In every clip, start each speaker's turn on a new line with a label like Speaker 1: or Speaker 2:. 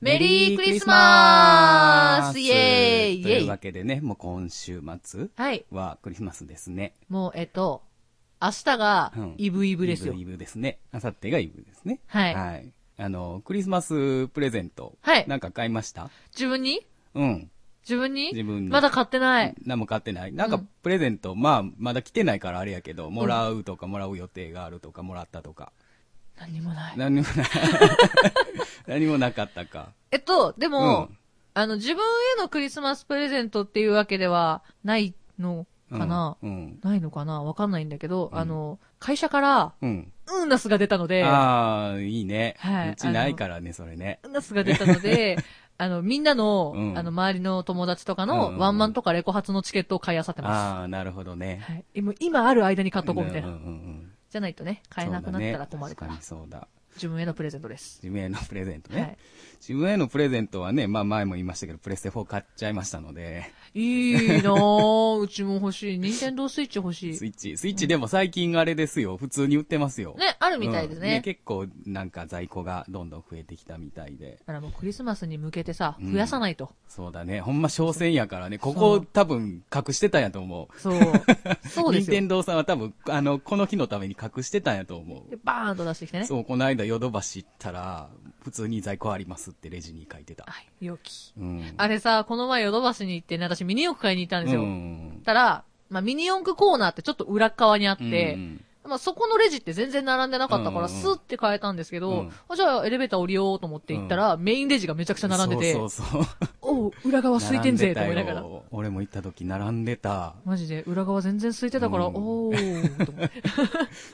Speaker 1: メリークリスマスイェーイイ
Speaker 2: と
Speaker 1: ェ
Speaker 2: いう
Speaker 1: イ
Speaker 2: わけでね、もう今週末
Speaker 1: はい。
Speaker 2: はクリスマスですね。
Speaker 1: もう、えっと、明日が
Speaker 2: うん
Speaker 1: イブイブですよ。
Speaker 2: イブイブですね。あさってがイブですね。
Speaker 1: はい
Speaker 2: あの、クリスマスプレゼント。
Speaker 1: はい
Speaker 2: なんか買いました
Speaker 1: 自分に
Speaker 2: うん。
Speaker 1: 自分に
Speaker 2: 自分に
Speaker 1: まだ買ってない。
Speaker 2: 何も買ってない。なん
Speaker 1: う
Speaker 2: か
Speaker 1: ん
Speaker 2: プレゼント、まあ、まだ来てないからあれやけど、もらうとかもらう予定があるとか、もらったとか。
Speaker 1: 何にもない。
Speaker 2: 何にも な、何もなかったか。
Speaker 1: えっと、でも、
Speaker 2: うん
Speaker 1: あの、自分へのクリスマスプレゼントっていうわけではないの
Speaker 2: うん
Speaker 1: かな、
Speaker 2: うん。
Speaker 1: ないのかなわかんないんだけど、
Speaker 2: うん
Speaker 1: あの、会社から、
Speaker 2: うん。
Speaker 1: ウーナスが出たので、ウ
Speaker 2: ああ、いいね。
Speaker 1: はいう
Speaker 2: ちないからね、それね。
Speaker 1: ーナスが出た ので、あの、みんなの、
Speaker 2: うん
Speaker 1: あの、周りの友達とか
Speaker 2: うんうん
Speaker 1: の、
Speaker 2: うん
Speaker 1: ワンマンとかレコ発のチケットを買い漁ってます。
Speaker 2: ああ、なるほどね。
Speaker 1: はい。今今ある間に買っとこうみたい
Speaker 2: うん
Speaker 1: な。
Speaker 2: うんうんうん
Speaker 1: じゃないとね、買えなくなったら困るから。
Speaker 2: そうだね、確かにそうだ。
Speaker 1: 自分へのプレゼントです。
Speaker 2: 自分へのプレゼントね。
Speaker 1: はい
Speaker 2: 自分へのプレゼントはね、まあ前も言いましたけど、プレステ4買っちゃいましたので、
Speaker 1: いいな ぁ。うちも欲しい。任天堂スイッチ欲しい。
Speaker 2: スイッチ、スイッチでも最近あれですよ、普通に売ってますよ。
Speaker 1: ね、あるみたいです
Speaker 2: うん
Speaker 1: ね。
Speaker 2: 結構なんか在庫がどんどん増えてきたみたいで。
Speaker 1: だからもうクリスマスに向けてさ、
Speaker 2: うん
Speaker 1: 増やさないと。
Speaker 2: そうだね。ほんま商戦やからね。こ
Speaker 1: そ
Speaker 2: こ
Speaker 1: う
Speaker 2: 多分隠してたんやと思う。
Speaker 1: そう。そうで
Speaker 2: 任
Speaker 1: すよ
Speaker 2: 天。堂さんは多分、あの、この日のために隠してたんやと思
Speaker 1: で
Speaker 2: う。
Speaker 1: バーンと出してきてね。
Speaker 2: そう、この間ヨドバシ行ったら、普通に在庫ありますってレジに書いてた。
Speaker 1: はい、良き。
Speaker 2: うん。
Speaker 1: あれさ、この前ヨドバシに行ってね、私ミニ四駆買いに行ったんですよ。
Speaker 2: う
Speaker 1: そ
Speaker 2: ん
Speaker 1: したら、まあ、ミニ四駆コーナーってちょっと裏っ側にあっ
Speaker 2: うん
Speaker 1: て、まあ、そこのレジって全然並んでなかったか
Speaker 2: うんうん
Speaker 1: ら、スーって買えたんですけど、
Speaker 2: うん
Speaker 1: あじゃあエレベーター降りようと思って行ったら、メインレジがめちゃくちゃ並んでて、
Speaker 2: そうそうそう。
Speaker 1: おう、裏側空いてんぜ、と思いながら。
Speaker 2: 並んでたよ俺も行った時並んでた。
Speaker 1: マジで、裏側全然空いてたから、
Speaker 2: うん
Speaker 1: おー、と思って。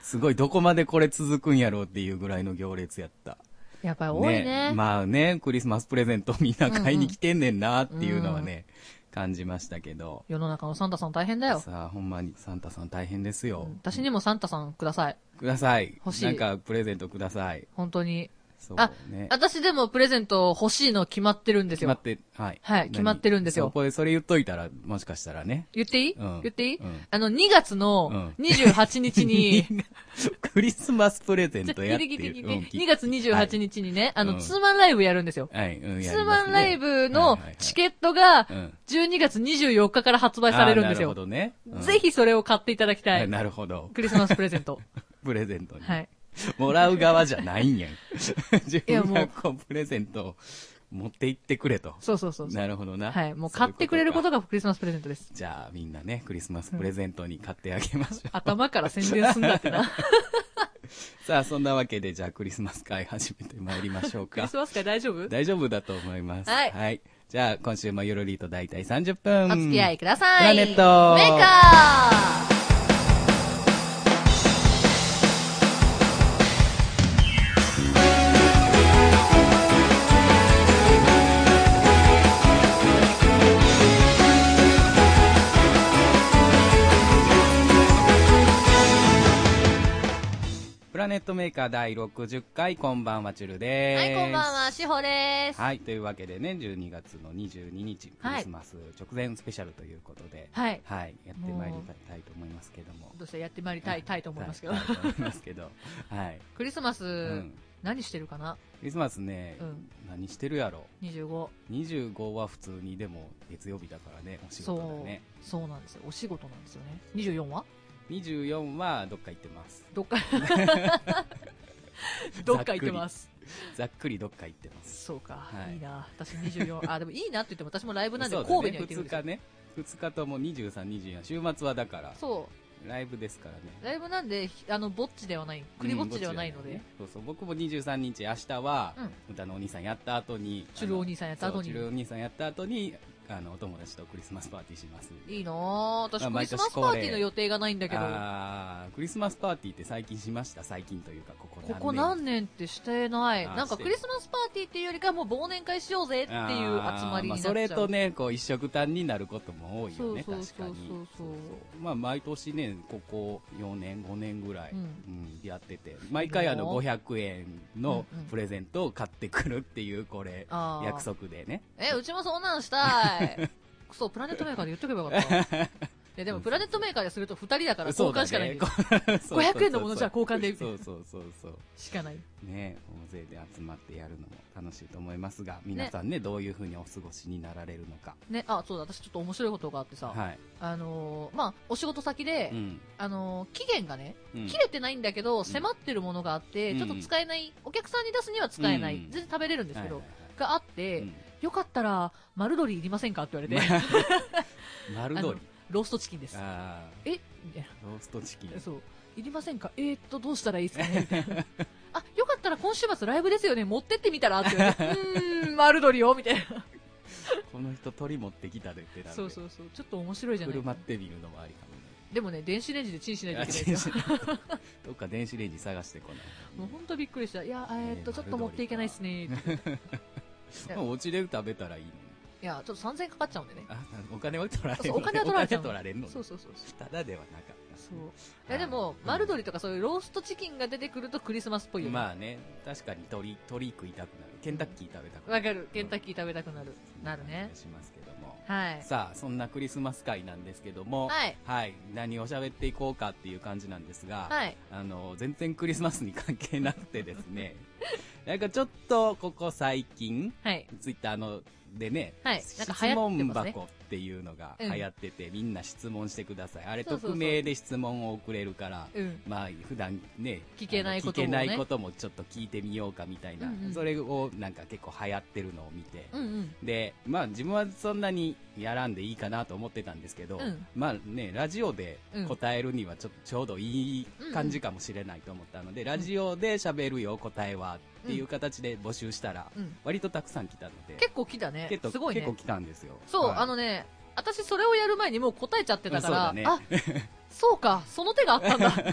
Speaker 2: すごい、どこまでこれ続くんやろうっていうぐらいの行列やった。
Speaker 1: やっぱり多いね。
Speaker 2: まあね、クリスマスプレゼントみんな買いに来てんねんなっていうのはね、感じましたけど。
Speaker 1: 世の中のサンタさん大変だよ。
Speaker 2: さあ、ほんまにサンタさん大変ですよ。
Speaker 1: 私にもサンタさんください。
Speaker 2: ください。
Speaker 1: 欲しい
Speaker 2: なんかプレゼントください。
Speaker 1: 本当に。
Speaker 2: そう
Speaker 1: あ、
Speaker 2: ね。
Speaker 1: 私でもプレゼント欲しいの決まってるんです
Speaker 2: 決ま
Speaker 1: よ
Speaker 2: っ。て、はい。
Speaker 1: はい
Speaker 2: 何
Speaker 1: 決まってるんですよ
Speaker 2: そうこれ、それ言っといたら、もしかしたらね。
Speaker 1: 言っていい、
Speaker 2: うん
Speaker 1: 言っていい、
Speaker 2: うん
Speaker 1: あの、2月の28日 に、
Speaker 2: クリスマスプレゼン
Speaker 1: じゃ
Speaker 2: ト
Speaker 1: あ
Speaker 2: や
Speaker 1: ギ
Speaker 2: って
Speaker 1: リギ
Speaker 2: い
Speaker 1: リギ
Speaker 2: う。
Speaker 1: リ、
Speaker 2: うん
Speaker 1: 2月28日にね、あ
Speaker 2: う
Speaker 1: の、
Speaker 2: ん
Speaker 1: ツーマンライブやるんですよ。
Speaker 2: はい、うん、
Speaker 1: ツ
Speaker 2: やりますね
Speaker 1: ーマンライブ
Speaker 2: はい
Speaker 1: の
Speaker 2: はいはい
Speaker 1: チケットが
Speaker 2: うん
Speaker 1: 12月24日から発売されるんです
Speaker 2: あーなるほ
Speaker 1: よ。
Speaker 2: どね。うん
Speaker 1: ぜひそれを買っていただきた
Speaker 2: はい
Speaker 1: い。
Speaker 2: なるほど。
Speaker 1: クリスマスプレゼント。
Speaker 2: プレゼントに。
Speaker 1: はい。
Speaker 2: もらう側じゃない んやん。自
Speaker 1: や
Speaker 2: 分
Speaker 1: も
Speaker 2: が
Speaker 1: う
Speaker 2: こうプレゼントを持って行ってくれと。
Speaker 1: そうそうそうそう。
Speaker 2: なるほどな。
Speaker 1: はい。もう買ってくれるこ
Speaker 2: そういう
Speaker 1: とがクリスマスプレゼントで
Speaker 2: か。
Speaker 1: す。
Speaker 2: じゃあみんなね、クリスマスプレゼントに買ってあげましょう。
Speaker 1: 頭から宣伝すんだっ てな。
Speaker 2: さあ、そんなわけで、じゃあクリスマス会始めてまいりましょう
Speaker 1: クリ
Speaker 2: か
Speaker 1: ス。マス会大丈夫
Speaker 2: 大丈夫だと思います。
Speaker 1: はい
Speaker 2: じゃあ、今週もゆるりと大体30分。
Speaker 1: お付き合いくださ
Speaker 2: プラ
Speaker 1: い。
Speaker 2: ネット
Speaker 1: メーカー
Speaker 2: プラネットメーカー第60回、こんばんは、ちゅるで
Speaker 1: は
Speaker 2: す。
Speaker 1: い、こんばんは、しほです。
Speaker 2: はい、というわけでね、12月の22日、ク
Speaker 1: はい
Speaker 2: リスマス直前スペシャルということで、
Speaker 1: はい。
Speaker 2: はい、やってまいりたいと思いますけども。
Speaker 1: どうしてやってまいりたい、たいと思いますけど
Speaker 2: は。いたいと思いますけど。 はい。
Speaker 1: クリスマス、
Speaker 2: うん。
Speaker 1: 何してるかな
Speaker 2: クリスマスね、
Speaker 1: うん
Speaker 2: 何してるやろ
Speaker 1: ?25。
Speaker 2: 25は普通にでも月曜日だからね、お仕
Speaker 1: そう
Speaker 2: 事だね。
Speaker 1: そうなんですよ。お仕事なんですよね。24は
Speaker 2: 24はどっか行ってます。
Speaker 1: どっ か、どっか行ってます。
Speaker 2: ざっくりどっか行ってます。
Speaker 1: そうか、
Speaker 2: はい
Speaker 1: い、いな。私24、あ、でもいいなって言っても私もライブなんで
Speaker 2: そう
Speaker 1: 神
Speaker 2: だ
Speaker 1: 戸に
Speaker 2: ね
Speaker 1: は行ってるんです
Speaker 2: 2
Speaker 1: よ。
Speaker 2: 日ね。2日とも23、24。週末はだから、
Speaker 1: そ
Speaker 2: ライブですからね。
Speaker 1: う。ライブなんで、ひあの、ぼっちではない、栗ぼっちではないの
Speaker 2: う
Speaker 1: で、
Speaker 2: んぼっちじゃないねそうそう、僕も23日、明日は
Speaker 1: うん、
Speaker 2: 歌のお兄さんやった後に、
Speaker 1: チュルお兄さんやった後
Speaker 2: そうチ
Speaker 1: に
Speaker 2: ュ。ルお兄さんやった後に、あの、お友達とクリスマスパーティーします。
Speaker 1: いいなぁ。私、
Speaker 2: まあ
Speaker 1: クリ
Speaker 2: 毎
Speaker 1: ス
Speaker 2: 年
Speaker 1: マスパーティーの予定がないんだけど、
Speaker 2: あークリスマスパーティーって最近しました最近というかここ何
Speaker 1: こ
Speaker 2: 年
Speaker 1: こ何年ってしてない。
Speaker 2: あー
Speaker 1: なんか
Speaker 2: して
Speaker 1: クリスマスパーティーっていうよりかもう忘年会しようぜっていう集まりになっちゃう。
Speaker 2: あーあそれとねこう一色単になることも多いよね
Speaker 1: そう
Speaker 2: 確
Speaker 1: そうそう
Speaker 2: か
Speaker 1: そう
Speaker 2: にそうまあ毎年ねここ4年5年ぐらい、
Speaker 1: う
Speaker 2: うんんやってて毎回あの
Speaker 1: どう
Speaker 2: 500円の
Speaker 1: うんうん
Speaker 2: プレゼントを買ってくるっていうこれ、
Speaker 1: あー
Speaker 2: 約束でね
Speaker 1: え、うちもそんなんしたい。クソ、プラネットメーカーで言っとけばよかった。や、でもプラネットメーカーですると二人だから
Speaker 2: そ
Speaker 1: 交
Speaker 2: うだ
Speaker 1: 換しかないん
Speaker 2: ね
Speaker 1: だよ。500円のも のじゃ交換でみたい
Speaker 2: そう
Speaker 1: な
Speaker 2: そうそうそう
Speaker 1: しかない。
Speaker 2: ね大勢で集まってやるのも楽しいと思いますが皆さんねどういうふうにお過ごしになられるのか
Speaker 1: ね、あ、そうだ、私ちょっと面白いことがあってさ、
Speaker 2: はい
Speaker 1: あのーまあ、お仕事先で、
Speaker 2: うん
Speaker 1: あのー期限がね、
Speaker 2: うん
Speaker 1: 切れてないんだけど、迫ってるものがあって、
Speaker 2: うん
Speaker 1: ちょっと使えない、お客さんに出すには使えない、
Speaker 2: うん
Speaker 1: 全然食べれるんですけど、
Speaker 2: はいはいはい
Speaker 1: があって、
Speaker 2: うん
Speaker 1: よかったら、丸鶏いりませんかって言われて、
Speaker 2: 丸
Speaker 1: あの
Speaker 2: 鶏
Speaker 1: ローストチキンです。
Speaker 2: あ
Speaker 1: えみたい
Speaker 2: あローストチキン
Speaker 1: な。そう。いりませんかえーっと、どうしたらいいですかねみたい な。あ、よかったら今週末ライブですよね持ってってみたらって言 われて、うーん、丸鶏よみたいな。
Speaker 2: この人鳥持ってきたでってな
Speaker 1: そうそうそう。ちょっと面白いじゃ
Speaker 2: 振
Speaker 1: ない
Speaker 2: る舞ってみるのもありかもね
Speaker 1: でもね、電子レンジでチンしないといけないんですよ。
Speaker 2: あ どっか電子レンジ探してこない
Speaker 1: もう本当びっくりした。いや、えーっと、
Speaker 2: ね
Speaker 1: ちょっと持っていけないですね。い
Speaker 2: まあお家で食べたらいいのに
Speaker 1: や、ちょっと3000円かかっちゃうんでね。
Speaker 2: あお金は取られる
Speaker 1: そ
Speaker 2: の
Speaker 1: うお金は取られちゃう
Speaker 2: お金取られるのね
Speaker 1: そうそうそうそう。
Speaker 2: ただではなかった
Speaker 1: そう。いや、でも、丸鶏とかそういうローストチキンが出てくるとクリスマスっぽいよね。
Speaker 2: まあね確かに鳥鳥食いたくなるケンタッキー食べたくな
Speaker 1: わ
Speaker 2: る
Speaker 1: かる。ケンタッキー食べたくなる。
Speaker 2: うん
Speaker 1: なる
Speaker 2: そん感
Speaker 1: ね
Speaker 2: じが。しますけども
Speaker 1: はい。
Speaker 2: さあそんなクリスマス会なんですけども
Speaker 1: はい、
Speaker 2: 何を喋っていこうかっていう感じなんですが、
Speaker 1: はい
Speaker 2: あの全然クリスマスに関係なくてですね なんかちょっとここ最近
Speaker 1: はい。
Speaker 2: ツイッターのでね、
Speaker 1: はいなん
Speaker 2: 質
Speaker 1: か流行って
Speaker 2: 問
Speaker 1: ますね
Speaker 2: 箱っていうのが
Speaker 1: うん
Speaker 2: 流行ってて、みんな質問してください。あれ
Speaker 1: そうそうそう
Speaker 2: 匿名で質問を送れるから、
Speaker 1: うん
Speaker 2: まあ普段ね、
Speaker 1: 聞けないこと
Speaker 2: あ
Speaker 1: も
Speaker 2: の聞け
Speaker 1: ね
Speaker 2: ないこともちょっと聞いてみようかみたいな、
Speaker 1: うんうん
Speaker 2: それをなんか結構流行ってるのを見て、
Speaker 1: うんうん。
Speaker 2: で、まあ自分はそんなにやらんでいいかなと思ってたんですけど、
Speaker 1: うん
Speaker 2: まあね、ラジオで答えるにはちょっとちょうどいい感じかもしれないと思ったので、ラジオで喋るよ答えはっていう形で募集したら、
Speaker 1: うん
Speaker 2: 割とたくさん来たので、
Speaker 1: 結構来たね
Speaker 2: 結。構
Speaker 1: すごい
Speaker 2: 結
Speaker 1: ね
Speaker 2: 構。来たんですよ。
Speaker 1: そう、
Speaker 2: はい
Speaker 1: あのね、私それをやる前にもう答えちゃってたから、
Speaker 2: うんそうだ
Speaker 1: あ、そうか、その手があったんだ。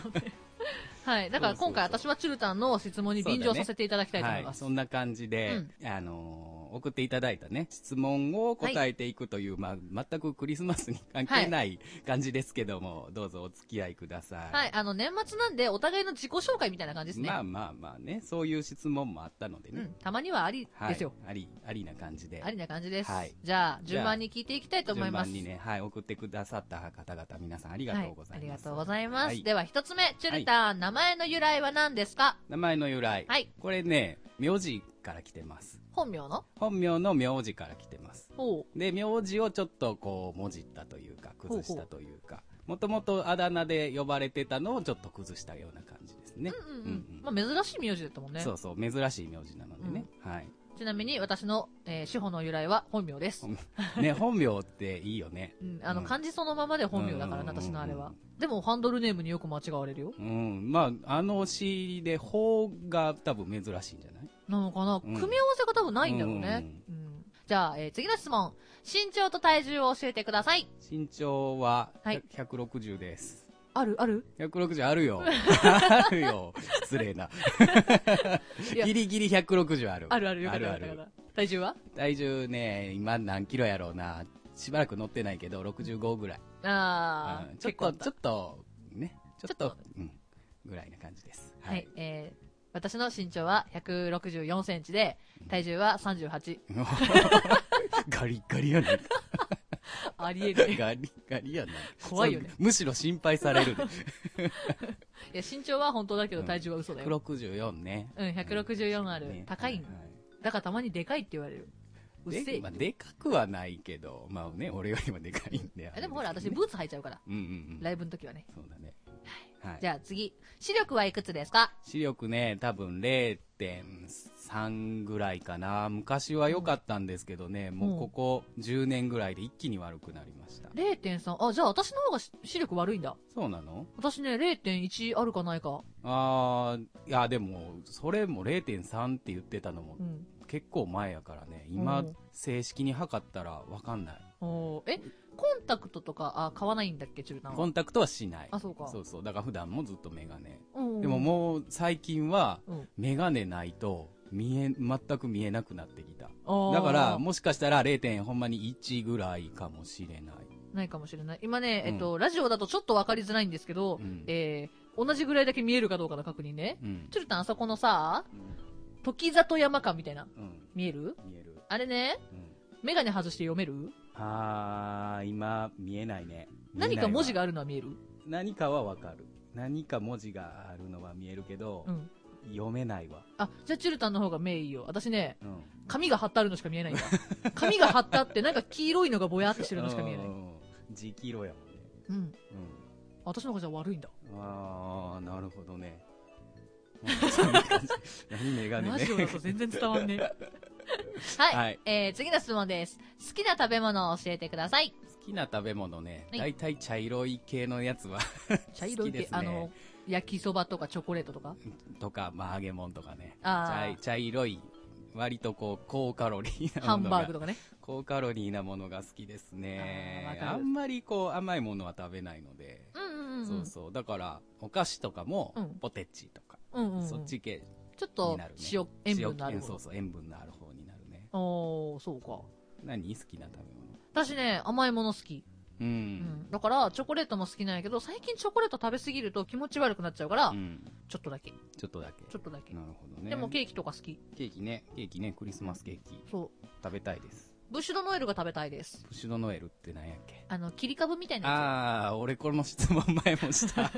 Speaker 1: はい。だから今回
Speaker 2: そうそう
Speaker 1: 私はチュルタンの質問に便乗させていただきたいと思います。
Speaker 2: そんな感じで、あのー送っていただいたね、質問を答えていくという、まあ、全くクリスマスに関係ない感じですけども、どうぞお付き合いください。
Speaker 1: はい、あの、年末なんで、お互いの自己紹介みたいな感じですね。
Speaker 2: まあまあまあね、そういう質問もあったので
Speaker 1: う
Speaker 2: ね。
Speaker 1: ん、たまにはあり
Speaker 2: はい。
Speaker 1: ですよ。
Speaker 2: あり、ありな感じで。
Speaker 1: ありな感じです。
Speaker 2: はい
Speaker 1: じゃあ、順番に聞いていきたいと思い
Speaker 2: 順
Speaker 1: ます。
Speaker 2: 番にね、はい、送ってくださった方々、皆さんありがとうございます。
Speaker 1: はい、ありがとうございます。
Speaker 2: はい
Speaker 1: では、一つ目、チュルタン、名前の由来は何ですか
Speaker 2: 名前の由来。
Speaker 1: はい
Speaker 2: これね、名字から来てます。
Speaker 1: 本名の
Speaker 2: 本名の名字から来てます。
Speaker 1: ほ
Speaker 2: で、名字をちょっとこう、もじったというか、崩したというか、もともとあだ名で呼ばれてたのをちょっと崩したような感じですね。
Speaker 1: う。うんうん。まあ、珍しい名字だったもんね。
Speaker 2: そうそう、珍しい名字なのでね。はい。
Speaker 1: ちなみに、私の、えー、志保の由来は本名です。
Speaker 2: ね、本名っていいよね。
Speaker 1: うん、あの、
Speaker 2: うん
Speaker 1: 漢字そのままで本名だからな、
Speaker 2: うんうんうん
Speaker 1: 私のあれは。でも、ハンドルネームによく間違われるよ。
Speaker 2: うん。まあ、あのお尻で、方が多分珍しいんじゃない
Speaker 1: なのかな、
Speaker 2: うん
Speaker 1: 組み合わせが多分ないんだろうね。うんじゃあ、えー、次の質問。身長と体重を教えてください。
Speaker 2: 身長は、
Speaker 1: はい
Speaker 2: 160です。
Speaker 1: あるある
Speaker 2: 160ある よ。あるよ。失礼な。
Speaker 1: いや
Speaker 2: ギリギリ160ある。
Speaker 1: あるある、よ
Speaker 2: あ
Speaker 1: かった
Speaker 2: るあ
Speaker 1: よかったよ
Speaker 2: る
Speaker 1: か。った。体重は
Speaker 2: 体重ね、今何キロやろうな。しばらく乗ってないけど、65ぐらい。
Speaker 1: あ
Speaker 2: う
Speaker 1: あ、
Speaker 2: んちょっ
Speaker 1: 結構あ
Speaker 2: と、
Speaker 1: った
Speaker 2: ちょっと、ね。ちょっ
Speaker 1: ちょ
Speaker 2: と
Speaker 1: っと、
Speaker 2: うん。ぐらいな感じです。
Speaker 1: は
Speaker 2: はいい。、
Speaker 1: えー、私の身長は164センチで、体重は38。
Speaker 2: ガリッガリや ないか。
Speaker 1: ありえる ね。
Speaker 2: ガリッガリやないか。
Speaker 1: 怖いよね
Speaker 2: それむしろ心配されるで。
Speaker 1: いや、身長は本当だけど
Speaker 2: うん
Speaker 1: 体重は嘘だよ。
Speaker 2: 164ね。
Speaker 1: うん、164ある
Speaker 2: ね。
Speaker 1: 高いん
Speaker 2: は
Speaker 1: だからたまにでかいって言われる。うっせ
Speaker 2: で
Speaker 1: え
Speaker 2: ま。あでかくはないけど、まあね、俺よりもでかいんで。あれすけどね
Speaker 1: でもほら、私ブーツ履いちゃうから。
Speaker 2: うんうんう
Speaker 1: ラ
Speaker 2: ん。
Speaker 1: イブの時はね。
Speaker 2: そうだね。はい。
Speaker 1: じゃあ次。視力はいくつですか
Speaker 2: 視力ね、多分0.3ぐらいかな。昔は良かったんですけどね、もうここ10年ぐらいで一気に悪くなりました。
Speaker 1: ?0.3。あ、じゃあ私の方がし視力悪いんだ。
Speaker 2: そうなの
Speaker 1: 私ね、0.1あるかないか。
Speaker 2: あー、いやでも、それも0.3って言ってたのも
Speaker 1: うん。
Speaker 2: 結構前やからね、
Speaker 1: う
Speaker 2: 今
Speaker 1: ん、
Speaker 2: 正式に測ったらわかんない。
Speaker 1: おーえ、コンタクトとか、あ、買わないんだっけ、チュルタン
Speaker 2: コ
Speaker 1: は。
Speaker 2: ンタクトはしない。
Speaker 1: あそうか
Speaker 2: そうそう。だから普段もずっとメガネ。
Speaker 1: うん
Speaker 2: でももう最近は
Speaker 1: うん、
Speaker 2: メガネないと、見え、全く見えなくなってきた。
Speaker 1: あー
Speaker 2: だから、もしかしたら0.1ほんまに1ぐらいかもしれない。
Speaker 1: ないかもしれない。今ね、
Speaker 2: うん
Speaker 1: えっと、ラジオだとちょっとわかりづらいんですけど、
Speaker 2: うん
Speaker 1: えー、同じぐらいだけ見えるかどうかの確認ね。
Speaker 2: うん。
Speaker 1: ちょっとあそこのさ、時里山間みたいな、
Speaker 2: うん。
Speaker 1: 見える
Speaker 2: 見える。
Speaker 1: あれね、
Speaker 2: うん。
Speaker 1: メガネ外して読める
Speaker 2: あー、今、見えないね。
Speaker 1: 何か文字
Speaker 2: が。
Speaker 1: があるのは見える
Speaker 2: 何かはわかる。何か文字があるのは見えるけど、
Speaker 1: うん。
Speaker 2: 読めないわ。
Speaker 1: あ、じゃあチュルタンの方が名医よ。私ね、
Speaker 2: うん。
Speaker 1: 紙が貼ってあるのしか見 えないんだ。紙が貼ってあって、なんか黄色いのがぼやってしてるのしか見えない。
Speaker 2: うん。字黄色やもんね。
Speaker 1: うん。
Speaker 2: うん。
Speaker 1: 私の方がじゃあ悪いんだ。
Speaker 2: ああ、なるほど ね。そんな感じ何メガネね。
Speaker 1: ラジオだと全然伝わんねえ。は い、
Speaker 2: はい
Speaker 1: えー、次の質問です。好きな食べ物を教えてください。
Speaker 2: 好きな食べ物ね、
Speaker 1: はい
Speaker 2: 大体茶色い系のやつは
Speaker 1: 茶色
Speaker 2: 好き
Speaker 1: い
Speaker 2: で
Speaker 1: 系、
Speaker 2: すね
Speaker 1: あの、焼きそばとかチョコレートとか
Speaker 2: とか、まあ、揚げ物とかね。
Speaker 1: あ
Speaker 2: 茶茶色い、割とこう、高カロリー
Speaker 1: あ、
Speaker 2: な
Speaker 1: ハ
Speaker 2: も
Speaker 1: ン
Speaker 2: のが。
Speaker 1: バーグとかね。
Speaker 2: 高カロリーなものが好きです
Speaker 1: あーわ
Speaker 2: ね。
Speaker 1: かる
Speaker 2: あんまりこう、甘いものは食べないので。
Speaker 1: うんうんうん。
Speaker 2: そうそう。だから、お菓子とかも、
Speaker 1: うん
Speaker 2: ポテチとか、
Speaker 1: うんうんうん
Speaker 2: そっち系
Speaker 1: ちょっ
Speaker 2: に
Speaker 1: と
Speaker 2: なるね。
Speaker 1: 塩、塩分のある
Speaker 2: 塩
Speaker 1: も
Speaker 2: そう
Speaker 1: の。
Speaker 2: そう、塩分のある方になるね。
Speaker 1: おー、そうか。
Speaker 2: 何好きな食べ物
Speaker 1: 私ね、甘いもの好き。
Speaker 2: う。
Speaker 1: うんん。だから、チョコレートも好きなんやけど、最近チョコレート食べ過ぎると気持ち悪くなっちゃうから、
Speaker 2: うん。
Speaker 1: ちょっとだけ。ち
Speaker 2: ちょっとだけ。
Speaker 1: ょっとだけ。
Speaker 2: なるほどね。
Speaker 1: でも
Speaker 2: ケ
Speaker 1: ケーキとか好き。
Speaker 2: ーキね、ケーキね、クリスマスケーキ
Speaker 1: そう。
Speaker 2: 食べたいです。
Speaker 1: ブッシュドノエルが食べたいです。
Speaker 2: プシュドノエルってなんやっけ
Speaker 1: あの、切り株みたいなやつ。
Speaker 2: ああ、俺この質問前も した。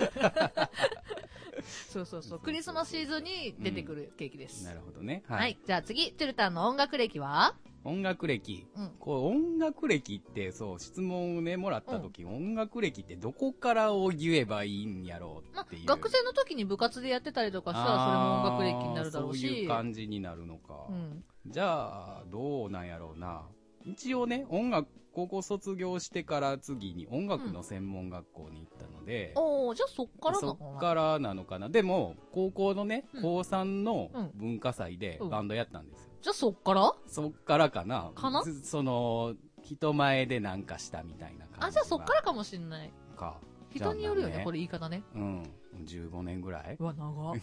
Speaker 1: そうそうそう。クリスマスシーズンに出てくるケーキです。
Speaker 2: なるほどね。
Speaker 1: はい、じゃあ次、トゥルタンの音楽歴は
Speaker 2: 音楽歴。
Speaker 1: うん。
Speaker 2: こう、音楽歴って、そう、質問をね、もらった時、音楽歴ってどこからを言えばいいんやろう
Speaker 1: まあ
Speaker 2: っていう。、
Speaker 1: 学生の時に部活でやってたりとかしたら、それも音楽歴になるだろうし。
Speaker 2: あーそういう感じになるのか。
Speaker 1: うん。
Speaker 2: じゃあ、どうなんやろうな。一応ね、音楽、高校卒業してから次に音楽の専門学校に行ったので、
Speaker 1: おー、じゃあそっからな
Speaker 2: そ
Speaker 1: のか
Speaker 2: っ
Speaker 1: な
Speaker 2: からなのかな。でも、高校のね
Speaker 1: う、ん
Speaker 2: 高3の
Speaker 1: うん
Speaker 2: 文化祭で
Speaker 1: うん
Speaker 2: バンドやったんですよ。
Speaker 1: じゃあそっから
Speaker 2: そっからかな。
Speaker 1: かな
Speaker 2: ずその、人前でなんかしたみたいな感じは。
Speaker 1: あ、じゃあそっからかもしんない。
Speaker 2: か。
Speaker 1: 人によるよね、
Speaker 2: じゃあ
Speaker 1: これ言い方ね。
Speaker 2: うん。15年ぐらいう
Speaker 1: わ、長。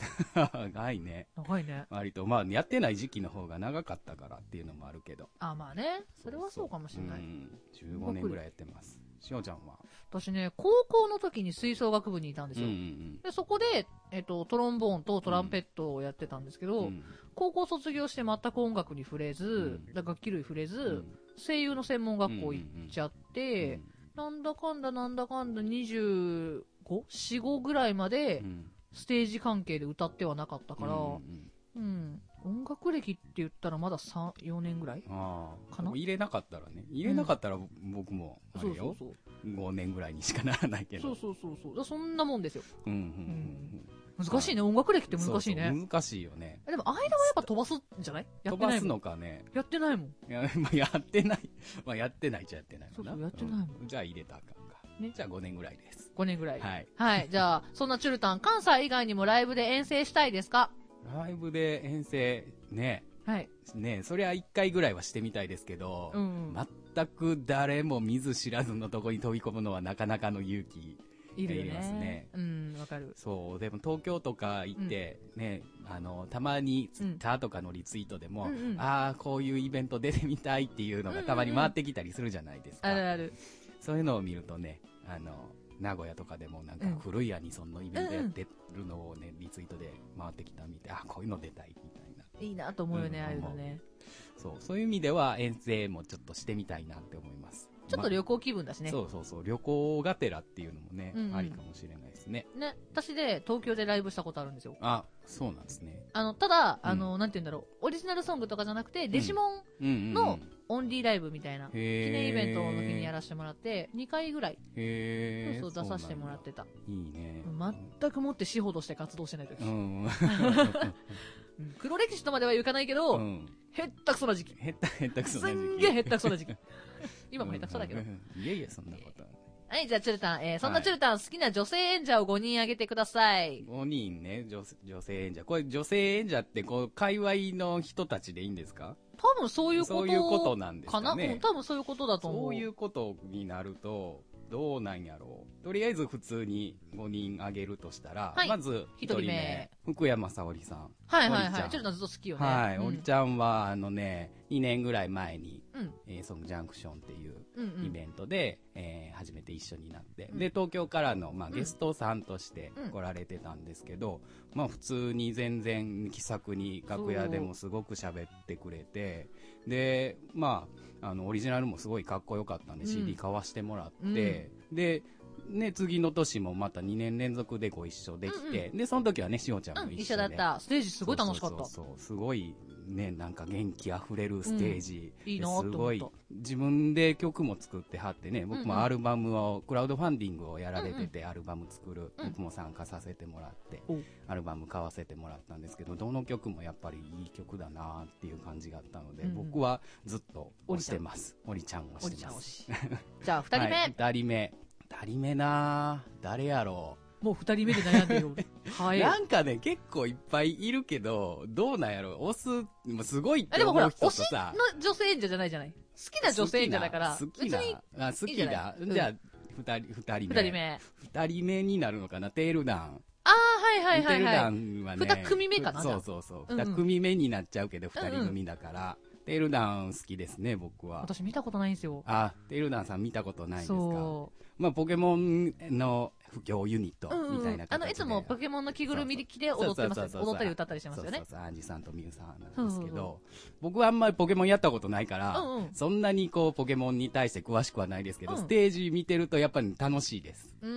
Speaker 2: 長いね。
Speaker 1: 長いね。
Speaker 2: 割と、まあ、やってない時期の方が長かったからっていうのもあるけど。
Speaker 1: あ、まあね。それはそうかもしんない。
Speaker 2: うん15年ぐらいやってます。しおちゃんは
Speaker 1: 私ね、高校の時に吹奏楽部にいたんですよ。
Speaker 2: ん
Speaker 1: でそこで、えっと、トロンボーンとトランペットをやってたんですけど、
Speaker 2: ん
Speaker 1: 高校卒業して全く音楽に触れず、
Speaker 2: うん
Speaker 1: 楽器類触れず、
Speaker 2: うん
Speaker 1: 声優の専門学校行っちゃって、なんだかんだなんだかんだ 25?4、5ぐらいまで
Speaker 2: うん
Speaker 1: ステージ関係で歌ってはなかったから、
Speaker 2: うんう
Speaker 1: うんん。音楽歴って言ったらまだ3、4年ぐらい
Speaker 2: ああ
Speaker 1: かな
Speaker 2: 入れなかったらね入れなかったら僕もあ
Speaker 1: そう
Speaker 2: れ
Speaker 1: そう
Speaker 2: よ
Speaker 1: そう。
Speaker 2: 5年ぐらいにしかならないけ
Speaker 1: そ
Speaker 2: ど
Speaker 1: うそうそうそう。だからそんなもんですよ。
Speaker 2: うんうんうん
Speaker 1: 難しいね。音楽歴っ
Speaker 2: う
Speaker 1: て
Speaker 2: ん
Speaker 1: 難しいね
Speaker 2: そう。そう難しいよね
Speaker 1: えでも間はやっぱ飛ばすんじゃないやっ
Speaker 2: 飛
Speaker 1: てな
Speaker 2: ば
Speaker 1: い
Speaker 2: す
Speaker 1: もん。
Speaker 2: のかね
Speaker 1: やってないもん。
Speaker 2: いやまあやってない まあやってないじゃやってないもん
Speaker 1: そうそう
Speaker 2: な
Speaker 1: やってないも
Speaker 2: うんじゃあ入れたらあかんか
Speaker 1: ね
Speaker 2: じゃあ5年ぐらいです
Speaker 1: 5年ぐらい。
Speaker 2: はい
Speaker 1: はい。じゃあ、そんなチュルタン、関西以外にもライブで遠征したいですか
Speaker 2: ライブで遠征ね
Speaker 1: はい。
Speaker 2: ねそりゃ1回ぐらいはしてみたいですけど
Speaker 1: うん。
Speaker 2: 全く誰も見ず知らずのとこに飛び込むのはなかなかの勇気。
Speaker 1: いるよ
Speaker 2: いますね
Speaker 1: ね。うん、わかる。
Speaker 2: そう、でも東京とか行って、ね、あの、たまにツイッターとかのリツイートでも、
Speaker 1: うんうん
Speaker 2: ああ、こういうイベント出てみたいっていうのがたまに
Speaker 1: うんうんう
Speaker 2: 回
Speaker 1: ん
Speaker 2: ってきたりするじゃないですか。
Speaker 1: あるある。
Speaker 2: そういうのを見るとね、あの、名古屋とかでもなんか
Speaker 1: うん
Speaker 2: 古いアニソンのイベントやってるのをね、リツイートで回ってきたみたい、あーこういうの出たいみたいな。
Speaker 1: いいなと思うよね、
Speaker 2: うん
Speaker 1: ああいうのね。
Speaker 2: そう、そういう意味では遠征もちょっとしてみたいなって思います。
Speaker 1: ちょっと
Speaker 2: ま
Speaker 1: 旅行気分だしね。
Speaker 2: そうそうそう、旅行がてらっていうのもね、
Speaker 1: うんうん
Speaker 2: ありかもしれないですね。
Speaker 1: ね、私で東京でライブしたことあるんですよ。
Speaker 2: あ、そうなんですね。
Speaker 1: あの、ただ、あの、なんて言うんだろう、オリジナルソングとかじゃなくて、デジモン
Speaker 2: うんうんうん、
Speaker 1: のオンリーライブみたいな、記
Speaker 2: 記
Speaker 1: 念イベントの時にやらせてもらって、2回ぐらい、
Speaker 2: へー
Speaker 1: そうそう出させてもらってた。
Speaker 2: そうなんだいいね。
Speaker 1: 全くもって死ほどして活動してない時
Speaker 2: う。ん。
Speaker 1: うん黒歴史とまではいかないけど、
Speaker 2: うん。
Speaker 1: へったくそな時期。
Speaker 2: へった、へったく
Speaker 1: す
Speaker 2: そな時期
Speaker 1: んげえへったくそな 時期。今もへったくそだけど
Speaker 2: う。ん いやいや、そんなことはない。
Speaker 1: はい、じゃあ、チュルタン、えー、そん
Speaker 2: は
Speaker 1: ないチュルタン、好きな女性演者を5人挙げてください。
Speaker 2: 5人ね、女女性演者。これ、女性演者って、こう、界隈の人たちでいいんですか
Speaker 1: 多分そういうこと
Speaker 2: そういうことなんです
Speaker 1: かな
Speaker 2: か
Speaker 1: うん、
Speaker 2: ね。
Speaker 1: 多分そういうことだと思う。
Speaker 2: そういうことになると、どうなんやろう。とりあえず普通に5人挙げるとしたら、
Speaker 1: はい
Speaker 2: まず1人
Speaker 1: 一人
Speaker 2: 目
Speaker 1: 目、
Speaker 2: 福山沙織さん。
Speaker 1: はいはい
Speaker 2: おり
Speaker 1: は
Speaker 2: ちゃ
Speaker 1: い。
Speaker 2: ん
Speaker 1: チュルタンずっと好きよね。
Speaker 2: はい、
Speaker 1: うん
Speaker 2: おりちゃんは、あのね、2年ぐらい前に、
Speaker 1: うん。
Speaker 2: えー、ソングジャンクションっていう
Speaker 1: うんうん。
Speaker 2: イベントで、えー初めて一緒になって、
Speaker 1: うん
Speaker 2: で、東京からの、まあ、
Speaker 1: うん
Speaker 2: ゲストさんとして
Speaker 1: うん
Speaker 2: 来られてたんですけど、まあ、普通に全然気さくに楽屋でもすごく喋ってくれて、で、まあの、オリジナルもすごいかっこよかったんで、CD 買わしてもらって、で、ね、次の年もまた2年連続でご一緒できて、で、その時はね、しおちゃん
Speaker 1: うん
Speaker 2: も一緒で、
Speaker 1: 一緒だった。ステージすごい楽しかっ
Speaker 2: そ
Speaker 1: た。
Speaker 2: うそうそうそうすごいねなんか元気あふれるステージ、
Speaker 1: うんいいなと思った
Speaker 2: すごい自分で曲も作ってはってね僕
Speaker 1: うんう
Speaker 2: も
Speaker 1: ん
Speaker 2: アルバムを、クラウドファンディングをやられてて、アルバム作る
Speaker 1: うん
Speaker 2: 僕も参加させてもらって、
Speaker 1: お
Speaker 2: アルバム買わせてもらったんですけどどの曲もやっぱりいい曲だなっていう感じがあったので、
Speaker 1: うんうん
Speaker 2: 僕はずっと推してますオリちゃんを
Speaker 1: お
Speaker 2: し
Speaker 1: じ
Speaker 2: て
Speaker 1: ちゃ
Speaker 2: ま
Speaker 1: ん推
Speaker 2: す
Speaker 1: し。じゃあ、二人目、
Speaker 2: はい、二人目二人目なぁ誰やろう
Speaker 1: もう二人目で悩ん でるよ。はい。
Speaker 2: なんかね、結構いっぱいいるけど、どうなんやろ押す、もうすごいっ
Speaker 1: あ
Speaker 2: て
Speaker 1: でもほ
Speaker 2: 思
Speaker 1: ら、
Speaker 2: う人と
Speaker 1: 推し
Speaker 2: さ、
Speaker 1: の女性演者じゃないじゃない。好きな女性演者だから、
Speaker 2: 好
Speaker 1: 別
Speaker 2: きな、好
Speaker 1: に
Speaker 2: きなあ好
Speaker 1: いい
Speaker 2: き
Speaker 1: じゃない
Speaker 2: だ。
Speaker 1: うん
Speaker 2: じゃあ、二人、二人
Speaker 1: 二
Speaker 2: 目。
Speaker 1: 人。目。
Speaker 2: 二人目になるのかな、テールダン。
Speaker 1: ああ、はいはいはいはい。
Speaker 2: テールダンはね。
Speaker 1: 二組目かな
Speaker 2: そうそうそう。
Speaker 1: うんう
Speaker 2: 二
Speaker 1: ん
Speaker 2: 組目になっちゃうけど、二人組だから。テールダン好きですね、僕は。
Speaker 1: 私見たことないんですよ。
Speaker 2: あ、テールダンさん見たことないですか
Speaker 1: そ
Speaker 2: まあ、ポケモンの不況ユニット
Speaker 1: う。う
Speaker 2: み
Speaker 1: ん
Speaker 2: たいな
Speaker 1: うん。あの、いつもポケモンの着ぐるみで着て踊ってますよ
Speaker 2: そ
Speaker 1: ね
Speaker 2: うそうそうそう
Speaker 1: 踊ったり歌ったりしてますよね
Speaker 2: そう。そうそう、アンジさんとミュウさんなんですけ
Speaker 1: うんうんうん
Speaker 2: ど、僕はあんまりポケモンやったことないから、
Speaker 1: うんうん
Speaker 2: そんなにこう、ポケモンに対して詳しくはないですけど、
Speaker 1: うん
Speaker 2: ステージ見てるとやっぱり楽しいです。
Speaker 1: うー
Speaker 2: うん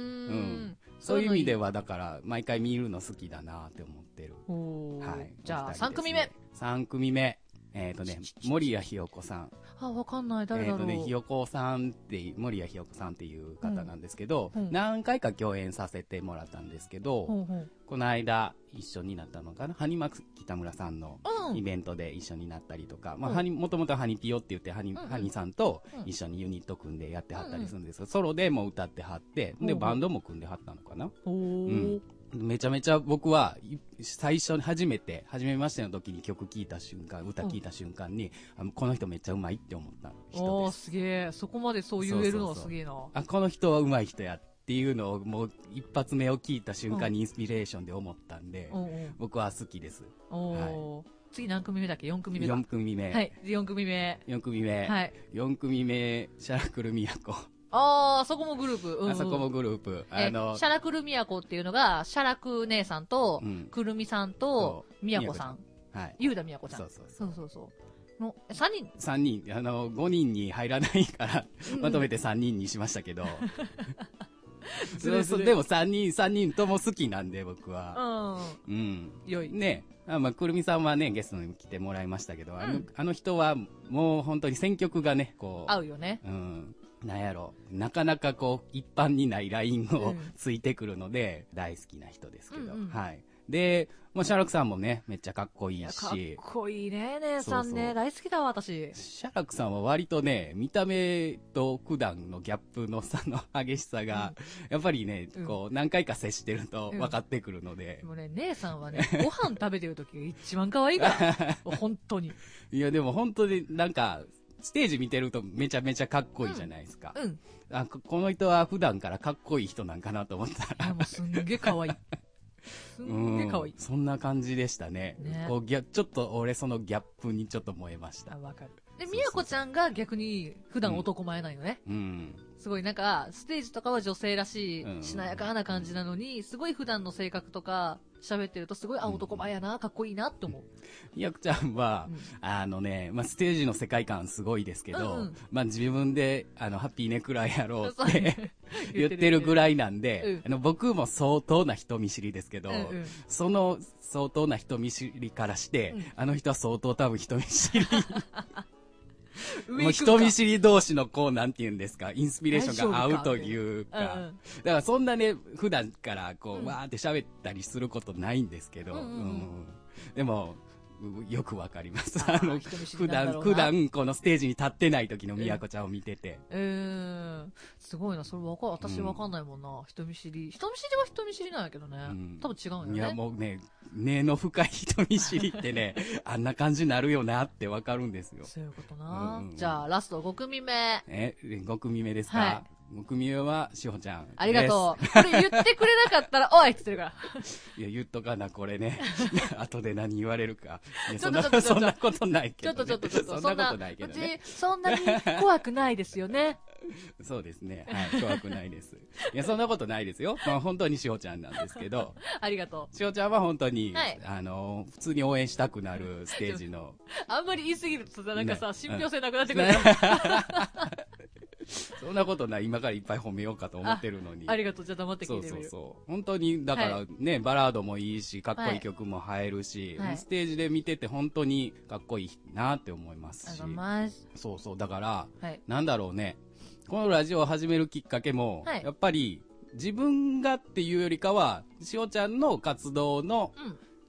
Speaker 2: ん。そういう意味で
Speaker 1: は。
Speaker 2: は、だから、毎回見るの好きだなって思ってる。
Speaker 1: おー
Speaker 2: はい。
Speaker 1: じゃあ、
Speaker 2: 三
Speaker 1: 三組目。。
Speaker 2: 3組目。えっ、とね、森谷ひよこさん。
Speaker 1: あ、わかんない。誰
Speaker 2: え
Speaker 1: だ
Speaker 2: っ、と
Speaker 1: ろう。
Speaker 2: ね、ひよこさんっていう、森谷ひよこさんっていう方なんですけど、
Speaker 1: うんうん
Speaker 2: 何回か共演させてもらったんですけど、
Speaker 1: ほうほう
Speaker 2: この間一緒になったのかなハニマク北村さんの
Speaker 1: うん
Speaker 2: イベントで一緒になったりとか、
Speaker 1: うん
Speaker 2: まあ、もともとハニピヨって言ってハニ,、
Speaker 1: んうん
Speaker 2: ハニさんと
Speaker 1: うん
Speaker 2: 一緒にユニット組んでやってはったりするんですよ、ソロでも歌ってはって、
Speaker 1: ほう
Speaker 2: で、
Speaker 1: ほう
Speaker 2: バンドも組んではったのかな
Speaker 1: おー
Speaker 2: めちゃめちゃ僕はい最初に初めて、初めましての時に曲聴いた瞬間、歌聴いた瞬間に、あこの人めっちゃうまいって思った人
Speaker 1: おー
Speaker 2: です。
Speaker 1: すげえ。そこまでそう言えるのはすげえな。
Speaker 2: あ、この人はうまい人やっていうのをもう一発目を聴いた瞬間にインスピレーションで思ったんで、
Speaker 1: うんうん
Speaker 2: 僕は好きです。
Speaker 1: おー次何組目だっけ ?4 組目か
Speaker 2: 4。組目。
Speaker 1: はい。4組目。
Speaker 2: 4組目。
Speaker 1: はい。
Speaker 2: 4組目、シャラクルミヤコ。
Speaker 1: ああ、そこもグループ。うんうん
Speaker 2: あそこもグループ。
Speaker 1: え
Speaker 2: あの
Speaker 1: シ、ャラクルミヤコっていうのが、シャラク姉さんと、
Speaker 2: うん
Speaker 1: くるみさん
Speaker 2: そ、
Speaker 1: と
Speaker 2: う
Speaker 1: みやこさん。
Speaker 2: はい。
Speaker 1: ゆうだみやこちゃん。
Speaker 2: そ
Speaker 1: そうう
Speaker 2: そうそ。
Speaker 1: そううそうの、3人。
Speaker 2: 3人、あの、5人に入らないから、まとめて3人にしました けど。
Speaker 1: ずるず
Speaker 2: そう
Speaker 1: る
Speaker 2: でも3人、3人とも好きなんで、僕
Speaker 1: う
Speaker 2: は。
Speaker 1: ん。
Speaker 2: うん。
Speaker 1: よい。
Speaker 2: ねあまあ、くるみさんはね、ゲストに来てもらいましたけど、あ
Speaker 1: う
Speaker 2: の
Speaker 1: ん
Speaker 2: あの人は、もう本当に選曲がね、こう、
Speaker 1: 合うよね。
Speaker 2: うん。なんやろ。なかなかこう、一般にないライン
Speaker 1: う
Speaker 2: を
Speaker 1: ん
Speaker 2: ついてくるので、大好きな人ですけど。
Speaker 1: うんうん
Speaker 2: はい。で、もうシャラクさんもね、めっちゃかっこい
Speaker 1: いや
Speaker 2: い
Speaker 1: かっ
Speaker 2: し、
Speaker 1: こいいね、姉さんね。
Speaker 2: そうそう
Speaker 1: 大好きだわ、私。
Speaker 2: シャラクさんは割とね、見た目と普段のギャップの差の激しさが、やっぱりね、
Speaker 1: うん
Speaker 2: こう、何回か接してると
Speaker 1: うん
Speaker 2: 分かってくるので
Speaker 1: で、もね、姉さんは ね、ご飯食べてる時が一番可愛いから。本当に。
Speaker 2: いや、でも本当になんか、ステージ見てるとめちゃめちゃかっこいいじゃないですか。
Speaker 1: うん。
Speaker 2: あここの人は普段からかっこいい人なんかなと思ったら
Speaker 1: あ、もうすんげえ可愛い。すんげえ可愛い。
Speaker 2: そんな感じでしたね
Speaker 1: ね
Speaker 2: こうギャちょっと俺そのギャップにちょっと燃えました
Speaker 1: あ、わかる。
Speaker 2: そう
Speaker 1: で、
Speaker 2: そう
Speaker 1: みやこちゃんが逆に普段男前ないのね。
Speaker 2: うん
Speaker 1: すごいなんか、ステージとかは女性らしい
Speaker 2: うん、
Speaker 1: しなやかな感じなのに、すごい普段の性格とか、喋ってるとすごい、あ、
Speaker 2: うん
Speaker 1: 男前やな、かっこいいなって思う。
Speaker 2: ひやくちゃんは、
Speaker 1: うん
Speaker 2: あのね、まあ、ステージの世界観すごいですけど、
Speaker 1: うんうん
Speaker 2: まあ、自分であのハッピーネクラやろうっ
Speaker 1: そう
Speaker 2: て
Speaker 1: ね
Speaker 2: 言ってるぐ
Speaker 1: い。
Speaker 2: らいなんで、
Speaker 1: うん
Speaker 2: あの僕も相当な人見知りですけど、
Speaker 1: うんうん
Speaker 2: その相当な人見知りからして、
Speaker 1: うん
Speaker 2: あの人は相当多分人見知 り
Speaker 1: 上
Speaker 2: もう
Speaker 1: 行くか
Speaker 2: 人見知り同士のこう、なんて言うんですか、インスピレーションが合うというか、
Speaker 1: 大丈夫かっていううんう
Speaker 2: だ
Speaker 1: ん
Speaker 2: からそんなね、普段からこう、
Speaker 1: うん
Speaker 2: わーって喋ったりすることないんですけど、
Speaker 1: うんうんうん
Speaker 2: でも、うよくわかります。
Speaker 1: あ
Speaker 2: あ
Speaker 1: ー
Speaker 2: の、
Speaker 1: 人見知
Speaker 2: 普
Speaker 1: りなんだ
Speaker 2: 段、
Speaker 1: ろうな
Speaker 2: 普段このステージに立ってない時のみやこちゃんを見てて、
Speaker 1: うーん。すごいな、それわか、私わかんないもんな。人見知り。人見知りは人見知りなんやけどね
Speaker 2: うん。
Speaker 1: 多分違うん
Speaker 2: い
Speaker 1: よ
Speaker 2: や
Speaker 1: ね。
Speaker 2: もうね、根の深い人見知りって ね、あんな感じになるよなってわかるんですよ。
Speaker 1: そういうことな
Speaker 2: うんう。ん
Speaker 1: じゃあ、ラスト5組目。
Speaker 2: え、5組目ですか、
Speaker 1: は
Speaker 2: むくみえはしほちゃんです。
Speaker 1: ありがと う。これ言ってくれなかったら、おいって言ってるから。
Speaker 2: う。いや、言っとかな、これ ね。後で何言われるか。いや
Speaker 1: ち
Speaker 2: そ
Speaker 1: ょ
Speaker 2: ん
Speaker 1: っ
Speaker 2: な、
Speaker 1: とちょ
Speaker 2: そ
Speaker 1: っと
Speaker 2: んなことないけ
Speaker 1: ちょ
Speaker 2: ど、
Speaker 1: っ
Speaker 2: ね。
Speaker 1: とちょっとちょっと、
Speaker 2: そんなことないけどね。
Speaker 1: うちそんなに怖くないですよね。
Speaker 2: そうです ね。はい。怖くないです。いや、そんなことないですよ。まあ、本当にしほちゃんなんですけ ど、
Speaker 1: ありがと
Speaker 2: しほちゃんは本当に、
Speaker 1: はい
Speaker 2: あの、普通に応援したくなるステージ の、
Speaker 1: う。あんまり言いすぎるとさ、なんかさ、
Speaker 2: ね
Speaker 1: 信憑性なくなってくるから。
Speaker 2: そんなことない。今からいっぱい褒めようかと思ってるのに。
Speaker 1: ありがとう、じゃあ黙って
Speaker 2: そ
Speaker 1: 聞いうて
Speaker 2: そ
Speaker 1: み
Speaker 2: う
Speaker 1: る。
Speaker 2: そう。本当に、だからね、バラードもいいし、かっこ
Speaker 1: はい
Speaker 2: い
Speaker 1: い
Speaker 2: い曲も入るし、
Speaker 1: はい
Speaker 2: ステージで見てて本当にかっこいいなって思いますし。
Speaker 1: ありがとうございます。
Speaker 2: そうそう。だから、
Speaker 1: はい。
Speaker 2: なんだろうね。このラジオを始めるきっかけも、
Speaker 1: はい
Speaker 2: やっぱり、自分がっていうよりかは、しおちゃんの活動の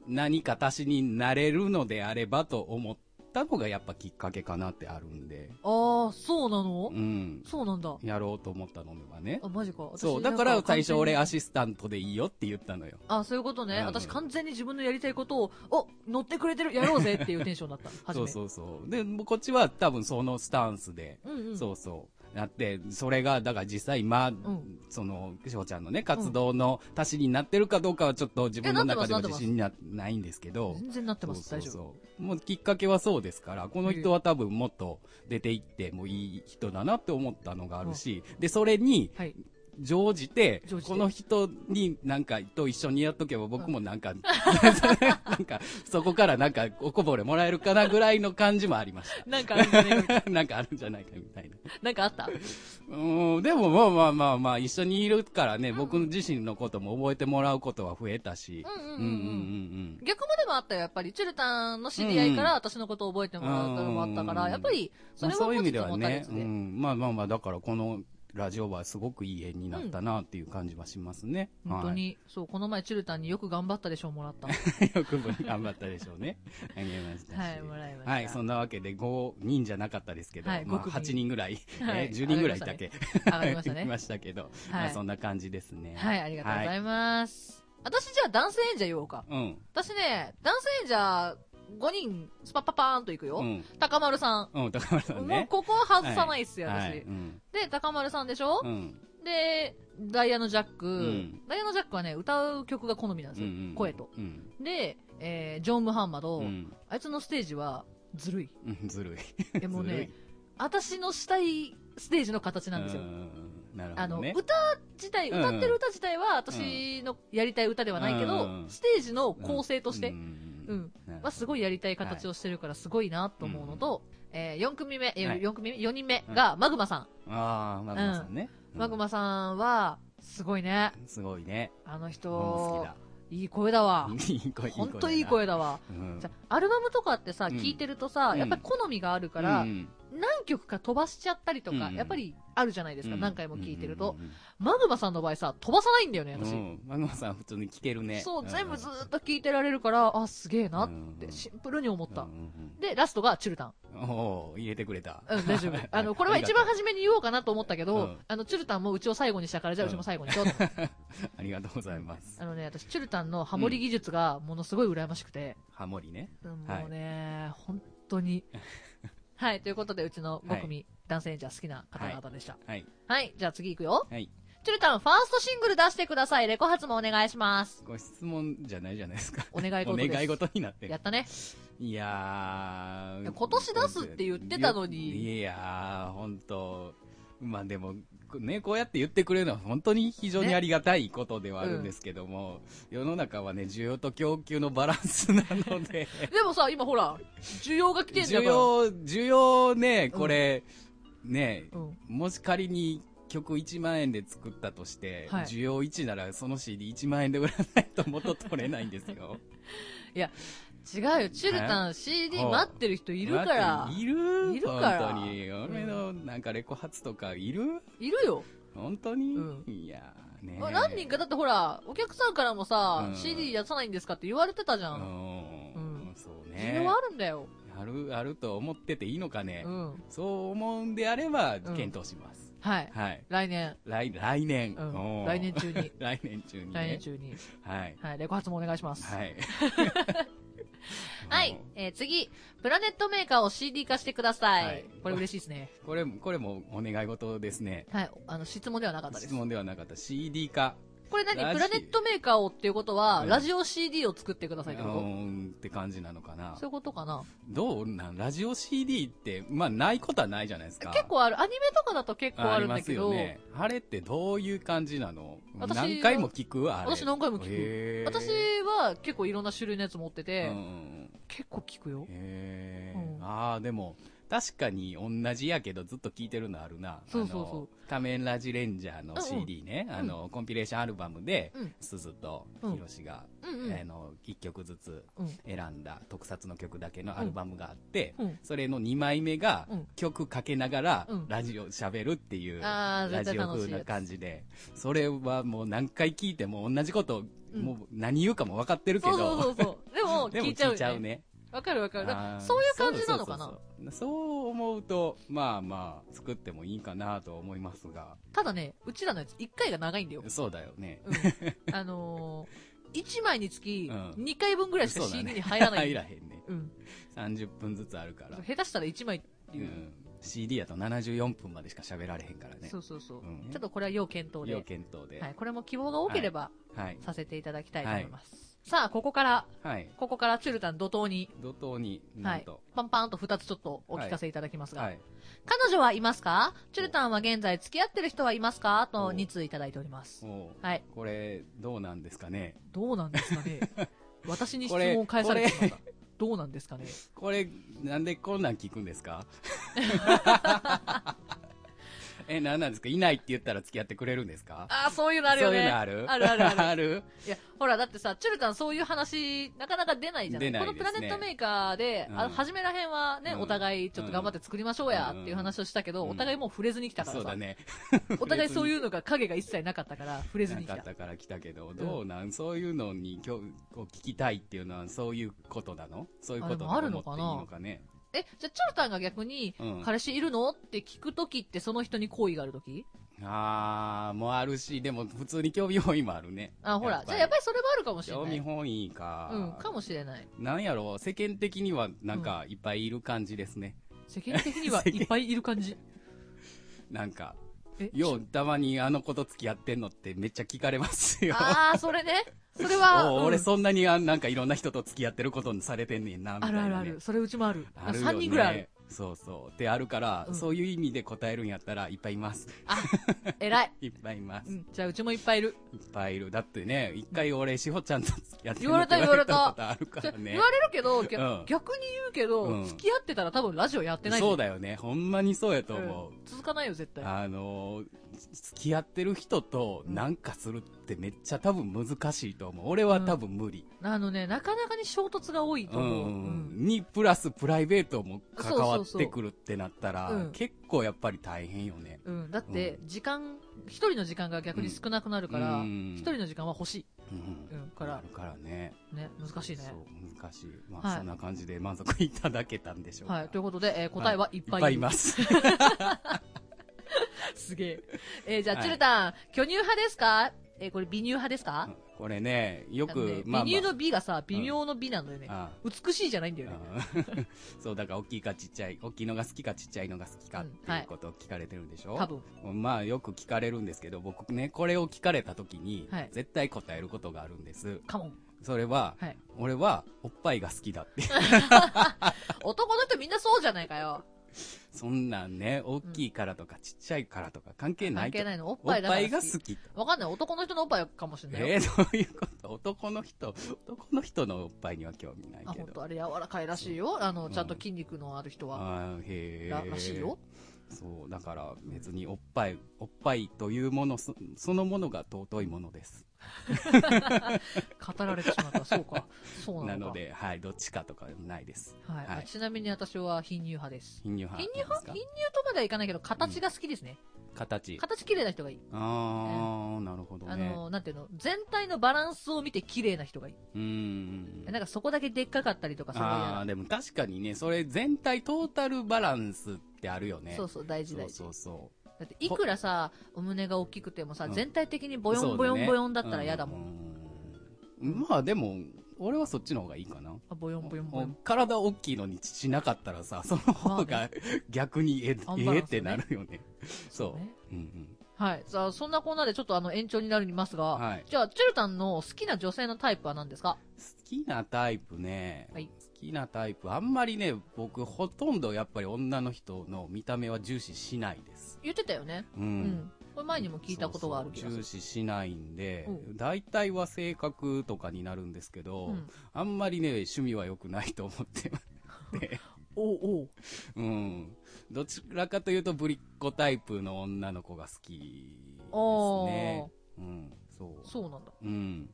Speaker 1: うん。
Speaker 2: 何か足しになれるのであればと思ったのがやっぱきっかけかなってあるんで、
Speaker 1: ああ、そうなの
Speaker 2: うん。
Speaker 1: そうなんだ。
Speaker 2: やろうと思ったのはね。
Speaker 1: あ、マジか。私
Speaker 2: そう。だから最初俺
Speaker 1: なん
Speaker 2: ア
Speaker 1: か完全
Speaker 2: シ
Speaker 1: に
Speaker 2: スタントでいいよって言ったのよ。
Speaker 1: あ、そういうことね。
Speaker 2: うん
Speaker 1: 私完全に自分のやりたいことを、お、乗ってくれてる、やろうぜっていうテンションだ った。初
Speaker 2: そう
Speaker 1: め。う
Speaker 2: そうそう。で、もうこっちは多分そのスタンスで、
Speaker 1: んうん。
Speaker 2: そうそう。なって、それが、だから実際今、
Speaker 1: ん
Speaker 2: その、しほちゃんのね、活動の足しになってるかどうかはちょっと自分の中では
Speaker 1: え
Speaker 2: 自
Speaker 1: なってます
Speaker 2: 信になないんですけど、
Speaker 1: 全然なって
Speaker 2: そ
Speaker 1: ま
Speaker 2: う
Speaker 1: す。
Speaker 2: そ
Speaker 1: 大
Speaker 2: う
Speaker 1: 丈夫。
Speaker 2: そう。もうきっかけはそうですから、この人は多分もっと出ていってもいい人だなって思ったのがあるし、で、それに
Speaker 1: はい。
Speaker 2: 乗じて
Speaker 1: 乗、じて
Speaker 2: この人になんかと一緒にやっとけば僕もなんか、 なんか、そこからなんかおこぼれもらえるかなぐらいの感じもありまし
Speaker 1: なんかあるん じゃねみた
Speaker 2: た。
Speaker 1: い
Speaker 2: なんかあるんじゃないかみたいな。
Speaker 1: ななんかあった
Speaker 2: うん、でもまあまあまあまあ、一緒にいるからね、僕自身のことも覚えてもらうことは増えたし。
Speaker 1: うんうん
Speaker 2: う
Speaker 1: うん
Speaker 2: んうんうん
Speaker 1: 逆もでもあったよ、やっぱり。チュルタンの知り合いから私のことを覚えてもらうのもあったか
Speaker 2: うんう
Speaker 1: ら、
Speaker 2: ん
Speaker 1: やっぱり、そ
Speaker 2: まあ
Speaker 1: れは
Speaker 2: そういう意味
Speaker 1: 持ち
Speaker 2: で
Speaker 1: つ
Speaker 2: は
Speaker 1: 持たれ
Speaker 2: ね
Speaker 1: つ、
Speaker 2: う
Speaker 1: で。
Speaker 2: ん、まあまあまあ、だからこのラジオはすごくいい縁になったなっていう感じはしますね。
Speaker 1: 本当
Speaker 2: はい。
Speaker 1: に、そう、この前、チュルタンによく頑張ったでしょ、もらった。
Speaker 2: よく頑張ったでしょうね。あげましたし。
Speaker 1: はい、もらいました。
Speaker 2: はい、そんなわけで5人じゃなかったですけど、
Speaker 1: はい
Speaker 2: まあ、
Speaker 1: 5組
Speaker 2: 8人ぐらい、
Speaker 1: はい
Speaker 2: えー10人ぐらいだけ、
Speaker 1: 上がりまし た
Speaker 2: 行き
Speaker 1: ね。
Speaker 2: ましたけど、ま
Speaker 1: は
Speaker 2: あ、そ
Speaker 1: い。
Speaker 2: んな感じですね。
Speaker 1: はい、ありがとうござ
Speaker 2: はい
Speaker 1: ます。私、じゃあ、男性演者言おうか。
Speaker 2: うん。
Speaker 1: 私ね、男性演者、5人、スパッパパーンといく
Speaker 2: う
Speaker 1: よ。
Speaker 2: ん。
Speaker 1: 高丸さん。
Speaker 2: うん、高村さん
Speaker 1: もう
Speaker 2: ね。
Speaker 1: ここは外さないっすよ、
Speaker 2: はい、
Speaker 1: 私
Speaker 2: う。ん。
Speaker 1: で、高丸さんでしょ
Speaker 2: うん。
Speaker 1: で、ダイヤのジャック、
Speaker 2: ん
Speaker 1: ダイヤのジャックはね、歌う曲が好みなんですよ、
Speaker 2: うんうん
Speaker 1: 声と。
Speaker 2: うん。
Speaker 1: で、えージョン・ムハンマド、
Speaker 2: うん
Speaker 1: あいつのステージはず るい。
Speaker 2: うんずるい。
Speaker 1: でもう
Speaker 2: ずるい
Speaker 1: ね、私のしたいステージの形なんですよ
Speaker 2: う。んなる
Speaker 1: あ
Speaker 2: ほ
Speaker 1: の、
Speaker 2: どね。
Speaker 1: 歌自体、
Speaker 2: うんうん
Speaker 1: 歌ってる歌自体は私のやりたい歌ではないけど、
Speaker 2: うんうん
Speaker 1: ステージの構成として、うんはすご
Speaker 2: い。
Speaker 1: いやりたい形をしてるからすごいなと思うのと、え4組目、え
Speaker 2: はい
Speaker 1: 4組目、4人目がマグマさん。
Speaker 2: ああ、マグマさんね。うん
Speaker 1: マグ。マさんは、すごいね。
Speaker 2: すごいね。
Speaker 1: あ
Speaker 2: マグ
Speaker 1: の
Speaker 2: マ好
Speaker 1: 人
Speaker 2: きだ、。
Speaker 1: いい声だわ。
Speaker 2: いい声、
Speaker 1: ほんといい声
Speaker 2: だ
Speaker 1: だわ。
Speaker 2: な。うん
Speaker 1: じゃアルバムとかってさ、
Speaker 2: うん
Speaker 1: 聞いてるとさ、
Speaker 2: うん
Speaker 1: やっぱり好みがあるから、
Speaker 2: うん
Speaker 1: 何曲か飛ばしちゃったりとか、
Speaker 2: うん
Speaker 1: やっぱりあるじゃないですか、
Speaker 2: うん
Speaker 1: 何回も聞いてると、
Speaker 2: うんうんうん
Speaker 1: マグマさんの場合さ、飛ばさないんだよね、
Speaker 2: う
Speaker 1: 私。
Speaker 2: んマグマさん普通に聞けるね。
Speaker 1: そう、
Speaker 2: ん
Speaker 1: 全部ずーっと聞いてられるから、あ、すげえなっ
Speaker 2: う
Speaker 1: て、
Speaker 2: ん
Speaker 1: シンプルに思った。
Speaker 2: うんうん
Speaker 1: で、ラストがチュルタン。
Speaker 2: うんおお入れてくれた。
Speaker 1: うん、大丈夫。あの、これは一番
Speaker 2: あ
Speaker 1: 初めに言おうかなと思ったけど、
Speaker 2: うん
Speaker 1: あの、チュルタンもうちを最後にしたから、じゃあうちも最後 にしようと思って
Speaker 2: りがとうございます。
Speaker 1: あのね、私、チュルタンのハモリ技術がものすごい羨ましくて、
Speaker 2: ハモリね。
Speaker 1: もうね、本当 に。はい、ということで、うちの5組、男性演者好きな方々でした。はい、
Speaker 2: はい。
Speaker 1: じゃあ次行くよ。
Speaker 2: はい。
Speaker 1: チュルタン、ファーストシングル出してください。レコ発もお願いします。
Speaker 2: ご質問じゃないじゃないですか。
Speaker 1: お願 い
Speaker 2: お
Speaker 1: 事です。
Speaker 2: 願い事になってる
Speaker 1: や。ったね。
Speaker 2: いや
Speaker 1: い
Speaker 2: ー
Speaker 1: や今年出すって言ってたのに
Speaker 2: いやー、本当まあでも、ね、こうやって言ってくれるのは本当に非常にありがたいことではあるんですけども、世の中はね、需要と供給のバランスなので、
Speaker 1: でもさ、今ほら、需要 が来てんだ
Speaker 2: 需
Speaker 1: から。
Speaker 2: 要、需要ね、これ、ね、
Speaker 1: うん。
Speaker 2: もし仮に曲1万円で作ったとして、
Speaker 1: はい
Speaker 2: 需要1ならその CD1 万円で売らないと元取れないんですよ。
Speaker 1: 違うよ、チュルタン CD
Speaker 2: ほう
Speaker 1: 待ってる人いるから
Speaker 2: 待。っている
Speaker 1: いるから
Speaker 2: 本当に。俺のなんかレコ発とかいる
Speaker 1: いるよ。
Speaker 2: 本当に、
Speaker 1: う
Speaker 2: いやーね。
Speaker 1: 何人か、だってほら、お客さんからもさ、
Speaker 2: うん
Speaker 1: CD 出さないんですかって言われてたじゃ。
Speaker 2: うんん
Speaker 1: う。
Speaker 2: そう
Speaker 1: 需
Speaker 2: ね
Speaker 1: 要。あるんだよ。
Speaker 2: ある、あると思ってていいのかね
Speaker 1: う。ん。
Speaker 2: そう思うんであれば、検討します。
Speaker 1: はい。
Speaker 2: はい。
Speaker 1: 来年。
Speaker 2: 来、来年。
Speaker 1: うん
Speaker 2: おー
Speaker 1: 来年中に。
Speaker 2: 来年中にね。
Speaker 1: 来年中に。
Speaker 2: はい。
Speaker 1: はい。レコ発もお願いします。
Speaker 2: はい。
Speaker 1: はい、えー次、プラネットメーカーを CD 化してください。
Speaker 2: はい
Speaker 1: これ嬉しいですね。
Speaker 2: これも、これもお願い事ですね。
Speaker 1: はい、あの、質問ではなかったで
Speaker 2: 質
Speaker 1: す。
Speaker 2: 問ではなかった。CD 化。
Speaker 1: これ何
Speaker 2: ラジ
Speaker 1: プラネットメーカーをっていうことは、
Speaker 2: うん
Speaker 1: ラジオ CD を作ってくだ
Speaker 2: う
Speaker 1: さいってこと
Speaker 2: ーんって感じなのかな
Speaker 1: そうい。うことかな
Speaker 2: どうなんラジオ CD って、まあ、ないことはないじゃないですか。
Speaker 1: 結構ある。アニメとかだと結構あるんだけど、
Speaker 2: ありますよね。あれってどういう感じなの
Speaker 1: 私
Speaker 2: 何回も聞くあれ。
Speaker 1: 私何回も聞く
Speaker 2: く
Speaker 1: 私は結構いろんな種類のやつ持ってて、
Speaker 2: うん、
Speaker 1: 結構聞くよ。
Speaker 2: へえ、
Speaker 1: うん
Speaker 2: ああでも確かに同じやけどずっと聞いてるのあるな
Speaker 1: そうそうそう
Speaker 2: あの仮面ラジレンジャーの
Speaker 1: うんうん
Speaker 2: CD ね、あのコンピレーションアルバムで、
Speaker 1: うん
Speaker 2: 鈴と
Speaker 1: うん
Speaker 2: ヒロシが、
Speaker 1: うんうん。
Speaker 2: あの1曲ずつ
Speaker 1: うん
Speaker 2: 選んだ特撮の曲だけのアルバムがあって、
Speaker 1: うん
Speaker 2: それの2枚目が
Speaker 1: うん
Speaker 2: 曲かけながら
Speaker 1: うん
Speaker 2: ラジオ喋るっていう、
Speaker 1: あー
Speaker 2: ラ
Speaker 1: 絶対
Speaker 2: ジオ
Speaker 1: 楽し
Speaker 2: 風
Speaker 1: いやつ
Speaker 2: な感じでそれはもう何回聞いても同じこと、
Speaker 1: うん
Speaker 2: もう何言うかも分かってるけ
Speaker 1: そう
Speaker 2: ど
Speaker 1: そうそうそう。でも、
Speaker 2: でも
Speaker 1: 聞いちゃ
Speaker 2: 聞いちゃ
Speaker 1: う
Speaker 2: う
Speaker 1: よね。
Speaker 2: ね
Speaker 1: わ、かるわかる。だから
Speaker 2: あー
Speaker 1: そういう感じなのかな
Speaker 2: そうそうそうそう思うとまあまあ作ってもいいかなと思いますが
Speaker 1: ただね、うちらのやつ1回が長いんだよ。
Speaker 2: そうだよね
Speaker 1: うん、あのー、1枚につき
Speaker 2: うん
Speaker 1: 2回分ぐらいしか
Speaker 2: そうだ
Speaker 1: CD
Speaker 2: ね
Speaker 1: に入らない。
Speaker 2: 入らへんね
Speaker 1: うん、
Speaker 2: 30分ずつあるから、
Speaker 1: 下手したら1枚って
Speaker 2: う
Speaker 1: いう。
Speaker 2: ん、CD やと74分までしか喋られへんからね
Speaker 1: そうそうそう、
Speaker 2: うん
Speaker 1: ちょっとこれは要検討で。
Speaker 2: 要検討で
Speaker 1: は、
Speaker 2: はいい
Speaker 1: これも希望が多ければ
Speaker 2: はい、
Speaker 1: させていただきたいと思います。さあ、ここから、ここからチュルタン怒涛に、
Speaker 2: 怒涛に
Speaker 1: は
Speaker 2: なん
Speaker 1: い
Speaker 2: と、、
Speaker 1: パンパンと2つちょっとお聞かせいただきますが、
Speaker 2: はい
Speaker 1: 彼女はいますかチュルタンは現在付き合ってる人はいますかと
Speaker 2: お
Speaker 1: 2通いただいております。
Speaker 2: もう
Speaker 1: はい。
Speaker 2: これどうなんですかね
Speaker 1: どうなんですか ね私に質
Speaker 2: これ
Speaker 1: 問を返されてしまった。どうなんですかね
Speaker 2: これなんでこんなん聞くんですか えなんなんですかいないって言ったら付き合ってくれるんですか
Speaker 1: ああ、そういうのあるよね。
Speaker 2: そういうのある
Speaker 1: あるあるある
Speaker 2: ある
Speaker 1: いや、ほら、だってさ、チュルタンそういう話、なかなか出ないじゃない
Speaker 2: 出ない
Speaker 1: このプラネットメーカーで、
Speaker 2: うん
Speaker 1: あの初めらへんはね、
Speaker 2: うん
Speaker 1: お互いちょっと頑張って作りましょうやっていう話をしたけど、
Speaker 2: うん
Speaker 1: お互いもう触れずに来たから
Speaker 2: そう
Speaker 1: さ
Speaker 2: だ。ね。
Speaker 1: お互いそういうのが影が一切なかったから、触れず
Speaker 2: な
Speaker 1: に来
Speaker 2: か
Speaker 1: た。
Speaker 2: ったから来たけど、どうなん、そういうのに今日こう聞きたいっていうのはそういうことなのそういうことだと
Speaker 1: あ
Speaker 2: 思
Speaker 1: でもあるの
Speaker 2: っていい
Speaker 1: かな
Speaker 2: のかね。
Speaker 1: え、じゃあチュルタンが逆に、
Speaker 2: うん
Speaker 1: 彼氏いるのって聞くときってその人に好意があるとき
Speaker 2: あー、もうあるし、でも普通に興味本位もあるね。
Speaker 1: あ、ほ
Speaker 2: や
Speaker 1: ら、
Speaker 2: っぱり
Speaker 1: じゃあやっぱりそれもあるかもしれ
Speaker 2: 興
Speaker 1: な
Speaker 2: 味
Speaker 1: い。
Speaker 2: 本位か。
Speaker 1: うん、かもしれない。
Speaker 2: なんやろう、世間的にはなんかいっぱいいる感じですね。
Speaker 1: 世間的 にはいっぱいいる感じ。
Speaker 2: なんか、
Speaker 1: え
Speaker 2: よう、たまにあの子と付き合ってんのってめっちゃ聞かれますよ。
Speaker 1: ああ、それね。それは、
Speaker 2: おう
Speaker 1: うん
Speaker 2: 俺そんなにあなんかいろんな人と付き合ってることにされてんねんな、みた
Speaker 1: あ
Speaker 2: い
Speaker 1: る
Speaker 2: な、ね。
Speaker 1: あるある。それうちもある。
Speaker 2: あるよね
Speaker 1: 3人ぐらいある。
Speaker 2: そうそう。ってあるから、
Speaker 1: うん
Speaker 2: そういう意味で答えるんやったら、いっぱいいます。
Speaker 1: あ、偉い。
Speaker 2: いっぱいいます。
Speaker 1: う
Speaker 2: いっ
Speaker 1: ん、じゃあうちもいっぱい いる。
Speaker 2: ぱいいる。だってね、一回俺、しほちゃんと付き合ってんの
Speaker 1: 言われた
Speaker 2: ってことあるか
Speaker 1: じゃ
Speaker 2: ら
Speaker 1: あ
Speaker 2: ね。
Speaker 1: 言われるけど、ぎゃ
Speaker 2: うん
Speaker 1: 逆に言うけど、
Speaker 2: うん
Speaker 1: 付き合ってたら多分ラジオやってない
Speaker 2: そう
Speaker 1: だ
Speaker 2: だよね。ほんまにそうやと思う。
Speaker 1: 続かないよ、絶対。
Speaker 2: あのー付き合ってる人となんかするってめっちゃ多分難しいと思う。俺は多分無理。
Speaker 1: あのね、なかなかに衝突が多いと
Speaker 2: うん
Speaker 1: 思う。う
Speaker 2: うん
Speaker 1: ん
Speaker 2: に、プラスプライベートも関わ
Speaker 1: そう
Speaker 2: っ
Speaker 1: そうそ
Speaker 2: て
Speaker 1: う
Speaker 2: くるってなったら、
Speaker 1: うん
Speaker 2: 結構やっぱり大変よね。
Speaker 1: うん、だって、時間、一人の時間が逆に少なくなるから、一、
Speaker 2: うん
Speaker 1: 人の時間は欲し
Speaker 2: うん
Speaker 1: い。うん、から
Speaker 2: ある、からね。
Speaker 1: ね、難しいね
Speaker 2: そ。う、難しい。ま
Speaker 1: はい
Speaker 2: あ、そんな感じで満足いただけたんでしょうか。
Speaker 1: はい、ということで、えー答えはいっぱい
Speaker 2: はいい
Speaker 1: る
Speaker 2: ます。
Speaker 1: すげえ。えーじゃあ、
Speaker 2: はい
Speaker 1: チュルタン、巨乳派ですかえーこれ微乳派ですか、
Speaker 2: これね、よ
Speaker 1: あのね
Speaker 2: く、まあまあ、
Speaker 1: 微乳の美がさ、微妙の美なんだよね。
Speaker 2: あ
Speaker 1: 美しいじゃないんだよね。
Speaker 2: ああ そう、だから大きいかちっちゃい、大きいのが好きかちっちゃいのが好きか
Speaker 1: う
Speaker 2: っ
Speaker 1: ん
Speaker 2: ていうことを聞かれてるんでしょ、
Speaker 1: 多分。
Speaker 2: まあよく聞かれるんですけど、僕ね、これを聞かれた時に
Speaker 1: はい、
Speaker 2: 絶対答えることがあるんです。
Speaker 1: カモン。
Speaker 2: それは、
Speaker 1: はい。
Speaker 2: 俺は、おっぱいが好きだって。
Speaker 1: 男の人みんなそうじゃないかよ。
Speaker 2: そんなんね、大きいからとかちっちゃいからとか関係な
Speaker 1: 関
Speaker 2: いと。
Speaker 1: 係ないの。おっ
Speaker 2: お
Speaker 1: ぱ
Speaker 2: っ
Speaker 1: いだか
Speaker 2: ぱ
Speaker 1: ら
Speaker 2: い
Speaker 1: 好
Speaker 2: が
Speaker 1: き
Speaker 2: 好き。
Speaker 1: わかんない。男の人のおっぱいかもしれないよ。
Speaker 2: えー、どういうこと男の人、男の人のおっぱいには興味ない
Speaker 1: あ、
Speaker 2: け
Speaker 1: 本
Speaker 2: ど。
Speaker 1: 当あれ柔らかいらしいよ。あの、
Speaker 2: ん
Speaker 1: ちゃんと筋肉のある人は。
Speaker 2: あーへえ。
Speaker 1: ららしいよ。
Speaker 2: そう、だから別におっぱい、おっぱいというものそ、そのものが尊いものです。
Speaker 1: 語られてしまった。そうか。そうな
Speaker 2: な
Speaker 1: のか。
Speaker 2: ので、はい、どっちかとかないです。
Speaker 1: はい。
Speaker 2: はい
Speaker 1: あちなみに私は貧乳派です。
Speaker 2: 貧乳派
Speaker 1: 貧乳
Speaker 2: なんです
Speaker 1: 派
Speaker 2: か
Speaker 1: 貧乳とまではいかないけど、形が好きですね。
Speaker 2: 形。
Speaker 1: 形綺麗な人がいい。
Speaker 2: ああ、なるほど
Speaker 1: あ
Speaker 2: ね。
Speaker 1: の、なんていうの全体のバランスを見て綺麗な人がいい。
Speaker 2: うーん。
Speaker 1: なんかそこだけでっかかったりとかすごい嫌
Speaker 2: あ
Speaker 1: だ
Speaker 2: あ、でも確かにね、それ全体トータルバランスってあるよね。
Speaker 1: そうそう、大事
Speaker 2: そ
Speaker 1: 大
Speaker 2: う
Speaker 1: 事
Speaker 2: そ。うそう。
Speaker 1: だっていくらさ、お胸が大きくてもさ、
Speaker 2: うん
Speaker 1: 全体的にボヨンボヨンボヨンだったら嫌だもん。
Speaker 2: ん。まあでも、俺はそっちの方がいいかな。
Speaker 1: あ、ボヨンボヨンボヨン。
Speaker 2: 体大きいのにしなかったらさ、その方
Speaker 1: まあ
Speaker 2: が逆にえ、
Speaker 1: アンバ
Speaker 2: え
Speaker 1: ラ
Speaker 2: え
Speaker 1: ン
Speaker 2: っ
Speaker 1: スね
Speaker 2: てなるよね。そ
Speaker 1: ね
Speaker 2: う。うんうん。
Speaker 1: はい。じゃあ、そんなこんなでちょっとあの、延長になりますが、
Speaker 2: はい
Speaker 1: じゃあ、チェルタンの好きな女性のタイプは何ですか
Speaker 2: 好きなタイプね。
Speaker 1: はい
Speaker 2: 好きなタイプ。あんまりね、僕ほとんどやっぱり女の人の見た目は重視しないです。
Speaker 1: 言ってたよね。
Speaker 2: うん。
Speaker 1: うん。これ前にも聞いたことがある気がす
Speaker 2: そうそう
Speaker 1: る。
Speaker 2: 重視しないんで、
Speaker 1: うん
Speaker 2: 大体は性格とかになるんですけど、
Speaker 1: うん
Speaker 2: あんまりね、趣味は良くないと思ってます。
Speaker 1: おうおう
Speaker 2: うん。どちらかというと、ぶりっ子タイプの女の子が好きです
Speaker 1: おー
Speaker 2: ね。うん。そう。
Speaker 1: そうなんだ。
Speaker 2: うん。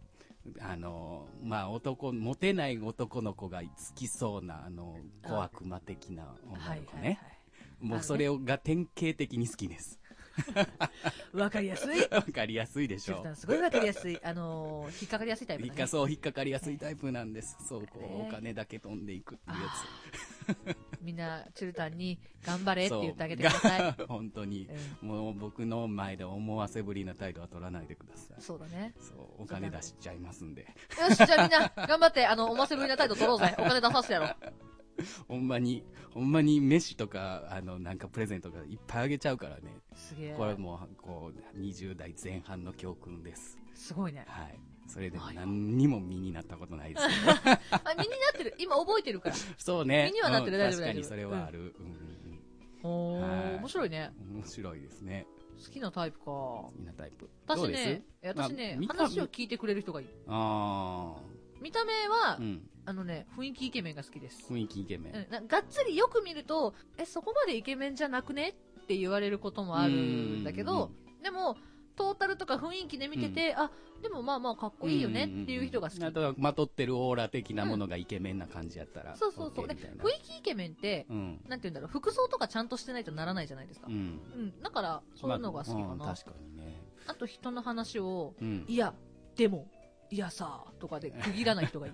Speaker 2: あの、まあ、男、モテない男の子が好きそうな、あの、小悪魔的な
Speaker 1: は
Speaker 2: 女
Speaker 1: い
Speaker 2: の子
Speaker 1: はいはい
Speaker 2: ね。。もうそれが典型的に好きです。
Speaker 1: わかりやすい。
Speaker 2: わかりやすいでし
Speaker 1: チェル
Speaker 2: ょ
Speaker 1: タ。ンすごいわかりやすい。あのー、引っかかりやすいタイプ
Speaker 2: 引
Speaker 1: だ
Speaker 2: っ
Speaker 1: ね
Speaker 2: か。そう、引っかかりやすいタイプなんです。そう、こ
Speaker 1: ね
Speaker 2: う、お金だけ飛んでいくっていうや
Speaker 1: あーみんな、チェルタンに、頑張れ
Speaker 2: つ。
Speaker 1: って
Speaker 2: そう
Speaker 1: 言ってあげてください。
Speaker 2: が 本当に。
Speaker 1: う
Speaker 2: もう僕の前で思わせぶりな態度は取らないでください
Speaker 1: ん。。そうだね。
Speaker 2: そう、お金出しちゃいますんで。
Speaker 1: よし、じゃあみんな、頑張って、あの、思わせぶりな態度取ろうぜ。お金出させてやろう。
Speaker 2: ほんまに、ほんまに飯とか、あの、なんかプレゼントとかいっぱいあげちゃうからね。
Speaker 1: すげえ。
Speaker 2: これもう、こう、20代前半の教訓です。
Speaker 1: すごいね。
Speaker 2: はい。それでも何にも身になったことない ですけど。
Speaker 1: あ、身になってる。今覚えてるから。
Speaker 2: そうね。
Speaker 1: 身にはなってる
Speaker 2: うん
Speaker 1: 大丈夫
Speaker 2: 確か
Speaker 1: 大丈
Speaker 2: に
Speaker 1: 夫
Speaker 2: それはある。うんうん
Speaker 1: お
Speaker 2: は
Speaker 1: ー、
Speaker 2: い
Speaker 1: 面白いね。
Speaker 2: うん面白いですね。
Speaker 1: 好きなタイプか。
Speaker 2: 好きなタイプ。ど
Speaker 1: 私
Speaker 2: うです
Speaker 1: ね、私ね
Speaker 2: まあ見、た
Speaker 1: 話を聞いてくれる人がいい。
Speaker 2: あ
Speaker 1: 見た目は、
Speaker 2: あ。うん。
Speaker 1: あのね、雰囲気イケメンが好きです。
Speaker 2: 雰囲気イケメン。
Speaker 1: うん、ながっつりよく見ると、え、そこまでイケメンじゃなくねって言われることもあるんだけど、でも、トータルとか雰囲気で見てて、あ、でもまあまあかっこいいよねっていう人が好き。
Speaker 2: あとは、まとってるオーラ的なものがイケメンな感じやったら。
Speaker 1: そうそうそう。
Speaker 2: OK
Speaker 1: で、
Speaker 2: みたいな
Speaker 1: 雰囲気イケメンって、
Speaker 2: うん。
Speaker 1: なんて言うんだろう、服装とかちゃんとしてないとならないじゃないですか。
Speaker 2: う
Speaker 1: うん。
Speaker 2: ん。
Speaker 1: だから、そういうのが好きかな。
Speaker 2: まあうん確かにね。
Speaker 1: あと人の話を、
Speaker 2: うん。
Speaker 1: いや、でも、いやさ、とかで区切らない人がいい。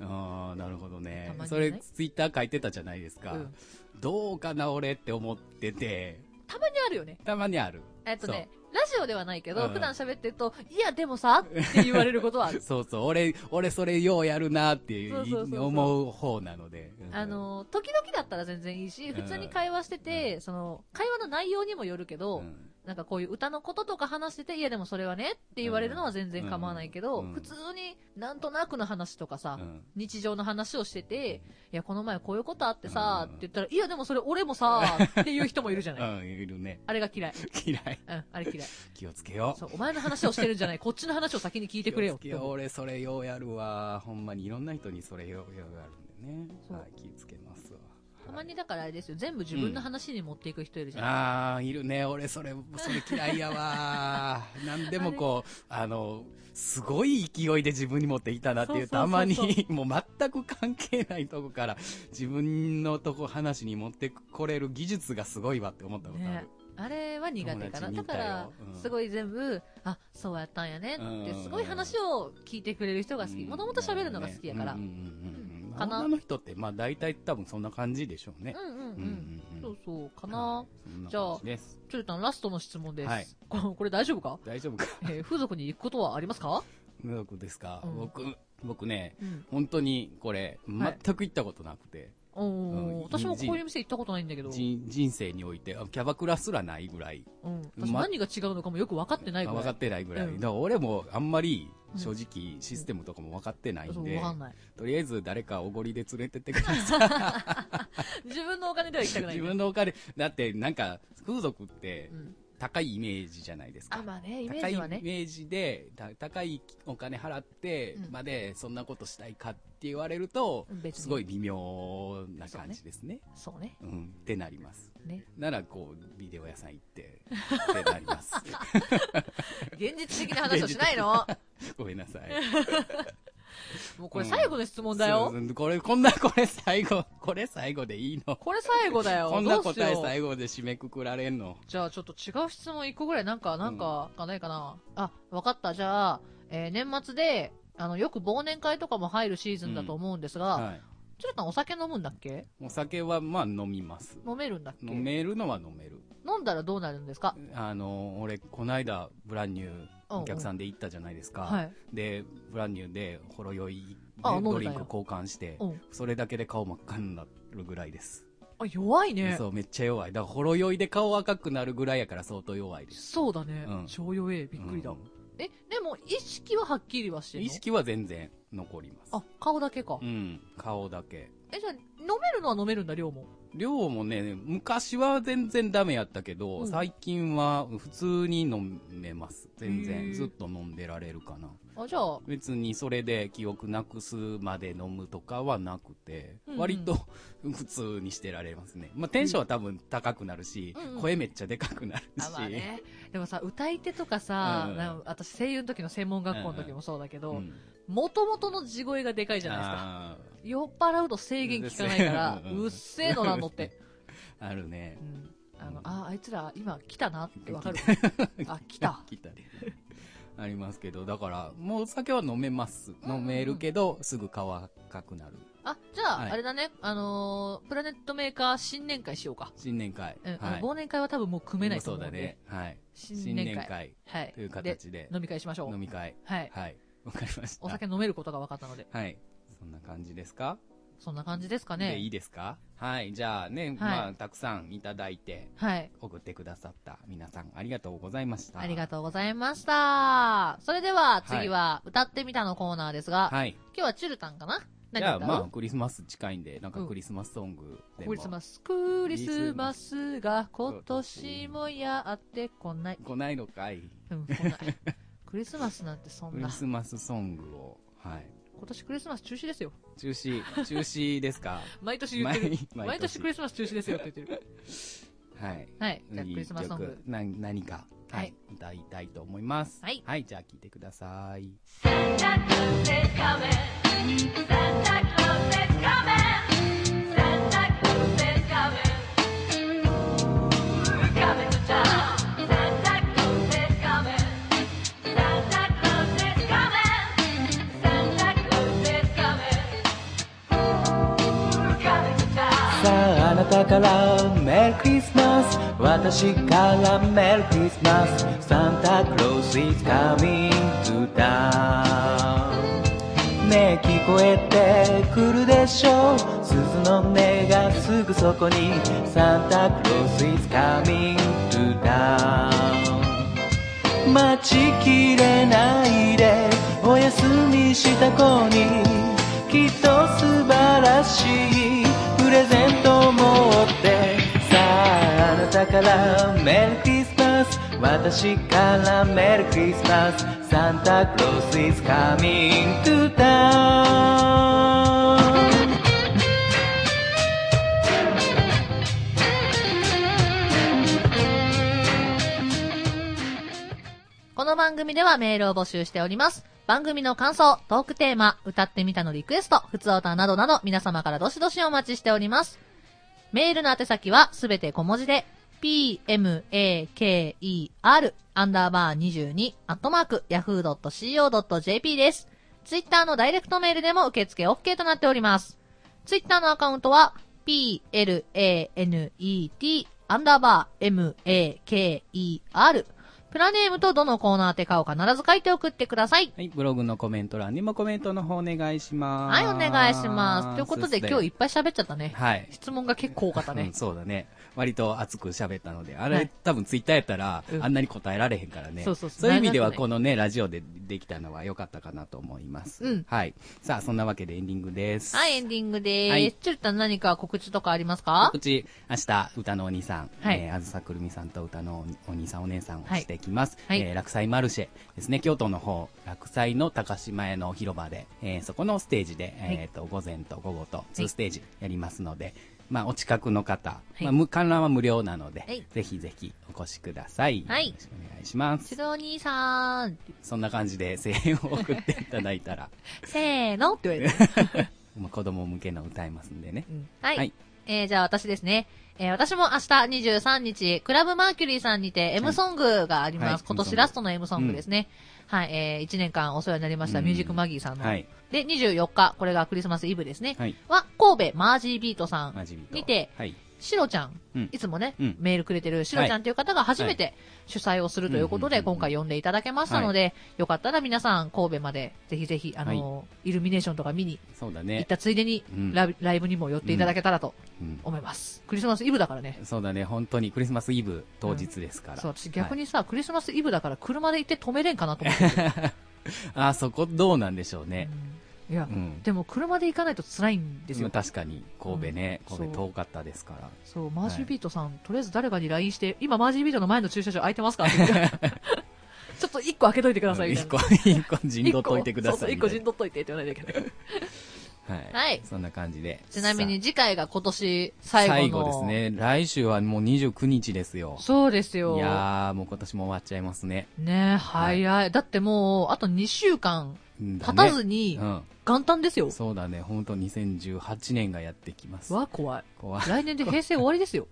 Speaker 2: ああ、なるほど
Speaker 1: た
Speaker 2: ね
Speaker 1: ま。に
Speaker 2: それ、
Speaker 1: ね
Speaker 2: ツイッター書いてたじゃないですか。
Speaker 1: うん
Speaker 2: どうかな、俺って思ってて、
Speaker 1: たまにあるよね。
Speaker 2: たまにある。
Speaker 1: えっとね、ラジオではないけど、
Speaker 2: うん
Speaker 1: 普段喋ってると、いや、でもさ、って言われることはある。
Speaker 2: そうそう、俺、俺それようやるなってい
Speaker 1: そうそうそうそう
Speaker 2: う、思う方なので。うん
Speaker 1: あ、の、時々だったら全然いいし、普通に会話してて、その、会話の内容にもよるけど、
Speaker 2: うん
Speaker 1: なんかこういう歌のこととか話してて、いやでもそれはねって言われるのは全然構わないけど、
Speaker 2: うん
Speaker 1: 普通になんとなくの話とかさ、
Speaker 2: うん
Speaker 1: 日常の話をしてて、いや、この前こういうことあって
Speaker 2: う
Speaker 1: さ、
Speaker 2: ん
Speaker 1: って言ったら、いやでもそれ俺も さ、っていう人もいるじゃない。
Speaker 2: うん、いるね。
Speaker 1: あれが嫌い。
Speaker 2: 嫌い。
Speaker 1: うん、あれ嫌い。
Speaker 2: 気をつけよう。
Speaker 1: そう、お前の話をしてるんじゃない、こっちの話を先に聞いてくれよ
Speaker 2: 気をつけよう俺それようやるわ。ほんまにいろんな人にそれようやるんでね。
Speaker 1: そう
Speaker 2: はい、気をつけますわ。
Speaker 1: たまにだからあれですよ、全部自分の話に持っていく人いるじゃん。
Speaker 2: ああ、いるね。俺、それ、それ嫌いや わ。なんでもこう、あの、すごい勢いで自分に持っていたなっていう、
Speaker 1: そうそうそう
Speaker 2: た
Speaker 1: そう
Speaker 2: まに、 もう全く関係ないとこから、自分のとこ話に持ってこれる技術がすごいわって思ったことある。
Speaker 1: ねあれは苦手かな。
Speaker 2: 友達に
Speaker 1: だ
Speaker 2: いた
Speaker 1: か
Speaker 2: よ
Speaker 1: ら、
Speaker 2: うん
Speaker 1: すごい全部、あ、そうやったんやねって、
Speaker 2: うん
Speaker 1: すごい話を聞いてくれる人が好き。もともと喋るのが好きやから。う
Speaker 2: うんんうんうんうん
Speaker 1: かな
Speaker 2: 女の人って、まあ大体多分そんな感じでしょうね。
Speaker 1: うん
Speaker 2: う
Speaker 1: うん。そうそう、かな。
Speaker 2: じゃあ、です
Speaker 1: ちょっとラストの質問です。
Speaker 2: はい
Speaker 1: ここれ大丈夫か、
Speaker 2: 大丈夫か
Speaker 1: えー風俗に行くことはありますか
Speaker 2: 僕ですか、
Speaker 1: うん
Speaker 2: 僕、僕ね、
Speaker 1: うん。
Speaker 2: 本当にこれ、
Speaker 1: はい
Speaker 2: 全く行ったことなくて。
Speaker 1: おー
Speaker 2: うん
Speaker 1: 私もこういう店行ったことないんだけど。
Speaker 2: 人人生において、あキャバクラすらないぐらい。
Speaker 1: うん。私
Speaker 2: ま
Speaker 1: 何が違うのかもよく分かってないぐら
Speaker 2: 分
Speaker 1: い。
Speaker 2: かってないぐらい。
Speaker 1: うん
Speaker 2: だから俺もあんまり
Speaker 1: うん
Speaker 2: 正直システムとかも分かってない
Speaker 1: そ
Speaker 2: ん
Speaker 1: う、
Speaker 2: で、
Speaker 1: 分かんない。
Speaker 2: とりあえず誰かおごりで連れてってください。
Speaker 1: 自分のお金では行きたくない、
Speaker 2: 自分のお金、だってなんか風俗って
Speaker 1: うん。
Speaker 2: 高いイメージじゃないですか。
Speaker 1: あ、まあね、イメージは
Speaker 2: 高いイ
Speaker 1: ね。
Speaker 2: メージで、た高いお金払って
Speaker 1: うん
Speaker 2: までそんなことしたいかって言われると、
Speaker 1: うん別に
Speaker 2: すごい微妙な感じですね。
Speaker 1: そうね。
Speaker 2: うん、ってなります。
Speaker 1: ね。
Speaker 2: なら、こう、ビデオ屋さん行って、ってなり ます。
Speaker 1: 現実的な話はしない の
Speaker 2: ごめんなさい。
Speaker 1: もうこれ最後の質問だよ。
Speaker 2: そうこれ、こんな、これ最後、 これ最後でいいの
Speaker 1: これ最後だよ。
Speaker 2: こんな
Speaker 1: どうし
Speaker 2: 答え
Speaker 1: よう
Speaker 2: 最後で締めくくられんの
Speaker 1: じゃあちょっと違う質問一個ぐらいなんか、なんか、かないかな。あ、わかった。じゃあ、えー年末で、あの、よく忘年会とかも入るシーズンだと思うんですが、
Speaker 2: は
Speaker 1: チュルタンお酒飲むんだっけ
Speaker 2: い。お酒は、まあ、飲みます。
Speaker 1: 飲めるんだっけ
Speaker 2: 飲めるのは飲める。
Speaker 1: 飲んだらどうなるんですか
Speaker 2: あの俺この間ブランニューお客さ
Speaker 1: ん
Speaker 2: んで行ったじゃないですか、
Speaker 1: はい
Speaker 2: でブランニューでほろ酔い
Speaker 1: あ飲
Speaker 2: で
Speaker 1: んでたんや
Speaker 2: ドリンク交換して
Speaker 1: うん
Speaker 2: それだけで顔真っ赤になるぐらいです、
Speaker 1: あ弱いね
Speaker 2: そうめっちゃ弱いだからほろ酔いで顔赤くなるぐらいやから相当弱いです
Speaker 1: そうだね、
Speaker 2: うん
Speaker 1: 超弱えびっくりだ、
Speaker 2: うん
Speaker 1: えでも意識ははっきりはしてるの
Speaker 2: 意識は全然残ります
Speaker 1: あ顔だけか、
Speaker 2: うん顔だけ
Speaker 1: えじゃあ飲めるのは飲めるんだ量も
Speaker 2: 量もね昔は全然ダメやったけど、
Speaker 1: うん
Speaker 2: 最近は普通に飲めます全
Speaker 1: へ
Speaker 2: 然
Speaker 1: ー
Speaker 2: ずっと飲んでられるかな
Speaker 1: あじゃあ
Speaker 2: 別にそれで記憶なくすまで飲むとかはなくて、
Speaker 1: うんうん
Speaker 2: 割と 普通にしてられますね。まあ、テンションは多分高くなるし、
Speaker 1: うんうん
Speaker 2: 声めっちゃでかくなるし。
Speaker 1: あまあね、でもさ歌い手とかさ、
Speaker 2: うん
Speaker 1: なんか私声優の時の専門学校の時もそうだけ
Speaker 2: う
Speaker 1: ど
Speaker 2: ん
Speaker 1: もともとの地声がでかいじゃないですか
Speaker 2: あ
Speaker 1: 酔っ払うと制限聞かないから
Speaker 2: うん
Speaker 1: うっせえのなの って、
Speaker 2: ーあるね
Speaker 1: う。ん、あの
Speaker 2: うん
Speaker 1: ああいつら今来たなってわかるあ来た
Speaker 2: 来た。ありますけど、だから、もうお酒は飲めます。
Speaker 1: うんうん
Speaker 2: 飲めるけど、すぐ顔赤くなる。
Speaker 1: あじゃあ、
Speaker 2: はい
Speaker 1: あれだねあのープラネットメーカー新年会しようか、
Speaker 2: 新年会。
Speaker 1: うんあ
Speaker 2: はい。
Speaker 1: の忘年会は多分もう組めないと
Speaker 2: そう
Speaker 1: 思う
Speaker 2: だ
Speaker 1: んで、
Speaker 2: ね。はい。
Speaker 1: 新
Speaker 2: 新
Speaker 1: 年会
Speaker 2: 年会
Speaker 1: はい
Speaker 2: という
Speaker 1: で
Speaker 2: 形で、
Speaker 1: 飲み会しましょう
Speaker 2: 飲み会。
Speaker 1: はい
Speaker 2: はい。わかりました。
Speaker 1: お酒飲めることが分かったので
Speaker 2: はい。そんな感じですか
Speaker 1: そんな感じですか
Speaker 2: で、い
Speaker 1: ね
Speaker 2: いですかはい。じゃあね、まあ、たくさんいただいて、
Speaker 1: はい
Speaker 2: 送ってくださった皆さん、ありがとうございました。
Speaker 1: ありが
Speaker 2: と
Speaker 1: とうございました。それでは、
Speaker 2: はい
Speaker 1: 次は、歌ってみたのコーナーですが、
Speaker 2: はい。
Speaker 1: 今日はチュルタンかな
Speaker 2: じ
Speaker 1: 何
Speaker 2: ゃ
Speaker 1: 歌
Speaker 2: あ、
Speaker 1: う、
Speaker 2: まあ、クリスマス近いんで、なんか
Speaker 1: うん
Speaker 2: クリスマスソングでも。
Speaker 1: クリスマス、クリスマスが今年もやってこない。
Speaker 2: 来ないのかい。
Speaker 1: うん、来ない。クリスマスなんてそん
Speaker 2: ク
Speaker 1: な
Speaker 2: リ。スマスソングを。はい。
Speaker 1: 今年クリスマス中止ですよ。
Speaker 2: 中止、中止です か
Speaker 1: 毎年言ってる。
Speaker 2: 毎
Speaker 1: 毎
Speaker 2: 毎年
Speaker 1: 年クリスマス中止ですよって言ってる。
Speaker 2: はい。
Speaker 1: はい。じゃあク
Speaker 2: いい
Speaker 1: リスマスソング
Speaker 2: 曲。な何か、は
Speaker 1: はいい、
Speaker 2: 歌いたいと思います。
Speaker 1: はい
Speaker 2: はい、じゃあ聴いてください。
Speaker 3: Santa Claus is coming. Santa Claus is coming. Santa Claus is coming. Ooh, coming to town. Santa Claus is coming. Santa Claus is coming. Santa Claus is coming. Ooh, coming to town.
Speaker 4: さああなたからメリークリスマス私からメリークリスマスサンタクロース is coming to town ねえ聞こえてくるでしょう鈴の音がすぐそこにサンタクロース is coming to town 待ちきれないでお休みした子にきっと素晴らしいプレゼントを持ってさああなたからメリークリスマス私からメリークリスマスサンタクロース is coming to town
Speaker 1: この番組ではメールを募集しております。番組の感想、トークテーマ、歌ってみたのリクエスト、普通歌などなど皆様からどしどしお待ちしております。メールの宛先はすべて小文字で、p-m-a-k-e-r アンダーバー22アットマーク yahoo.co.jp です。ツイッターのダイレクトメールでも受付 OK となっております。ツイッターのアカウントは、planet アンダーバー maker プラネームとどのコーナーってかを必ず書いて送ってください。
Speaker 2: はい、ブログのコメント欄にもコメントの方お願いします。
Speaker 1: はい、お願いします。ということで今日いっぱい喋っちゃったね。
Speaker 2: はい。
Speaker 1: 質問が結構多かった
Speaker 2: う
Speaker 1: ね
Speaker 2: ん、。そうだね。割と熱く喋ったので、あれ、
Speaker 1: はい
Speaker 2: 多分ツイッターやったら、
Speaker 1: うん
Speaker 2: あんなに答えられへんからね。
Speaker 1: そうそうそう
Speaker 2: いう意味では、
Speaker 1: 長くね
Speaker 2: このね、ラジオでできたのは良かったかなと思います。
Speaker 1: うん
Speaker 2: はい。さあ、そんなわけでエンディングです。
Speaker 1: はい、エンディングでーす。
Speaker 2: はい
Speaker 1: チュルタン何か告知とかありますか
Speaker 2: 告知、明日、歌のお兄さん、
Speaker 1: はい
Speaker 2: えーあずさくるみさんと歌のお兄さんお姉さんを
Speaker 1: はい
Speaker 2: してきます。
Speaker 1: はい
Speaker 2: えー落栽マルシェですね、京都の方、落栽の高島屋の広場で、えーそこのステージで、
Speaker 1: はい
Speaker 2: えっ、と、午前と午後と2
Speaker 1: い
Speaker 2: ステージやりますので、まあ、お近くの方、
Speaker 1: い
Speaker 2: まあ、む観覧は無料なので、
Speaker 1: はい
Speaker 2: ぜひぜひお越しください。
Speaker 1: はい
Speaker 2: よろしくお願いします
Speaker 1: チ。ュルお兄さん、
Speaker 2: そんな感じで声援を送っていただいたら、
Speaker 1: せーのって言われて。
Speaker 2: まあ子供向けの歌えますんでね。
Speaker 1: うんはい。
Speaker 2: はい
Speaker 1: えー、じゃあ私ですね。えー、私も明日23日、クラブマーキュリーさんにて M ソングがあります。
Speaker 2: はい
Speaker 1: 今年ラストの M ソングですね。はい、えー、1年間お世話になりました、
Speaker 2: うん
Speaker 1: ミュージックマギーさんの。
Speaker 2: はい。
Speaker 1: で、24日、これがクリスマスイブですね。
Speaker 2: はい。
Speaker 1: は、神戸マージービートさん
Speaker 2: マジビート
Speaker 1: 見て
Speaker 2: はい。
Speaker 1: しろちゃん、
Speaker 2: うん
Speaker 1: いつもね、
Speaker 2: うん
Speaker 1: メールくれてるしろちゃんという方が初めて主催をするということで、
Speaker 2: うんうんうんうん
Speaker 1: 今回呼んでいただけましたので、よかったら皆さん神戸までぜひぜひ、あのーイルミネーションとか見に
Speaker 2: そうだ
Speaker 1: 行っ
Speaker 2: ね。
Speaker 1: たついでに、
Speaker 2: うん
Speaker 1: ライブライブにも寄っていただけたらと
Speaker 2: うん
Speaker 1: 思います。クリスマスイブだからね。
Speaker 2: そうだね、本当にクリスマスイブ当日ですから。
Speaker 1: そう、私逆にさ、クリスマスイブだから車で行って止めれんかなと 思って。
Speaker 2: あそこどうなんでしょうね。
Speaker 1: いや
Speaker 2: う、ん。
Speaker 1: でも車で行かないと辛いんですよ。
Speaker 2: 確かに、神戸ね、
Speaker 1: うん
Speaker 2: 神戸
Speaker 1: そ
Speaker 2: 遠かったですから。
Speaker 1: そう、マージービートさん、とりあえず誰かに LINE して、今マージービートの前の駐車場空いてますかっ てちょっと一個開けといてくださいみたい
Speaker 2: 一
Speaker 1: な。
Speaker 2: 個、一個陣取っといてくだ
Speaker 1: そうそ
Speaker 2: さ
Speaker 1: う
Speaker 2: い
Speaker 1: 一
Speaker 2: みた
Speaker 1: 個
Speaker 2: い
Speaker 1: 陣取っといてって言わないといけない。
Speaker 2: な。は
Speaker 1: はいい。
Speaker 2: そんな感じで。
Speaker 1: ちなみに
Speaker 2: さ
Speaker 1: 次回が今年
Speaker 2: あ、
Speaker 1: 最後
Speaker 2: 最
Speaker 1: の。
Speaker 2: 後です。ね。来週はもう29日ですよ。
Speaker 1: そうですよ。
Speaker 2: いやー、もう今年も終わっちゃいますね。
Speaker 1: ね早い,、だってもう、あと2週間
Speaker 2: うん
Speaker 1: 経たずに
Speaker 2: だ、ね
Speaker 1: 元旦です
Speaker 2: う
Speaker 1: よ
Speaker 2: ん。。そうだね、本当2018年がやってきます。
Speaker 1: わ、怖い。
Speaker 2: 怖い。
Speaker 1: 来年で平成終わりですよ。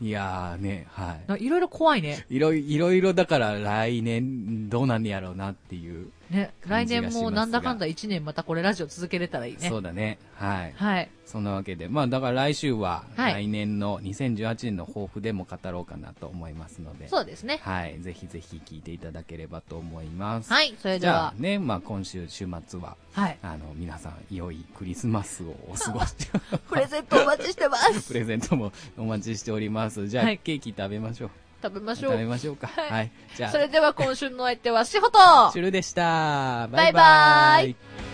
Speaker 2: いやーね、はい。
Speaker 1: ないろいろ怖いね。
Speaker 2: いろいいろいろだから来年どうなんやろうなっていう。
Speaker 1: ね。
Speaker 2: 感
Speaker 1: 来
Speaker 2: じがし
Speaker 1: 年
Speaker 2: ますが
Speaker 1: もなんだかんだ1年またこれラジオ続けれたらいいね
Speaker 2: そ。うだね。はい。
Speaker 1: はい。
Speaker 2: そんなわけで。まあだから来週は
Speaker 1: はい
Speaker 2: 来年の2018年の抱負でも語ろうかなと思いますので。
Speaker 1: そうですね。
Speaker 2: はい。ぜひぜひ聞いていただければと思います。い。
Speaker 1: はい。それ
Speaker 2: じ
Speaker 1: で
Speaker 2: ゃあ
Speaker 1: は、
Speaker 2: ね、まあ今週週末は、
Speaker 1: はい。
Speaker 2: あの皆さん良いクリスマスをお過ごし、
Speaker 1: プレゼントお待ちしてます。
Speaker 2: プレゼントもお待ちしております。じゃあ、
Speaker 1: はい
Speaker 2: ケーキ食べましょう。
Speaker 1: 食べましょ
Speaker 2: 食べ
Speaker 1: う。
Speaker 2: ましょうか。はい。じゃあ
Speaker 1: そ、れでは今週のお相手は、しほと
Speaker 2: シュルでした。
Speaker 1: バイバーイ
Speaker 2: イ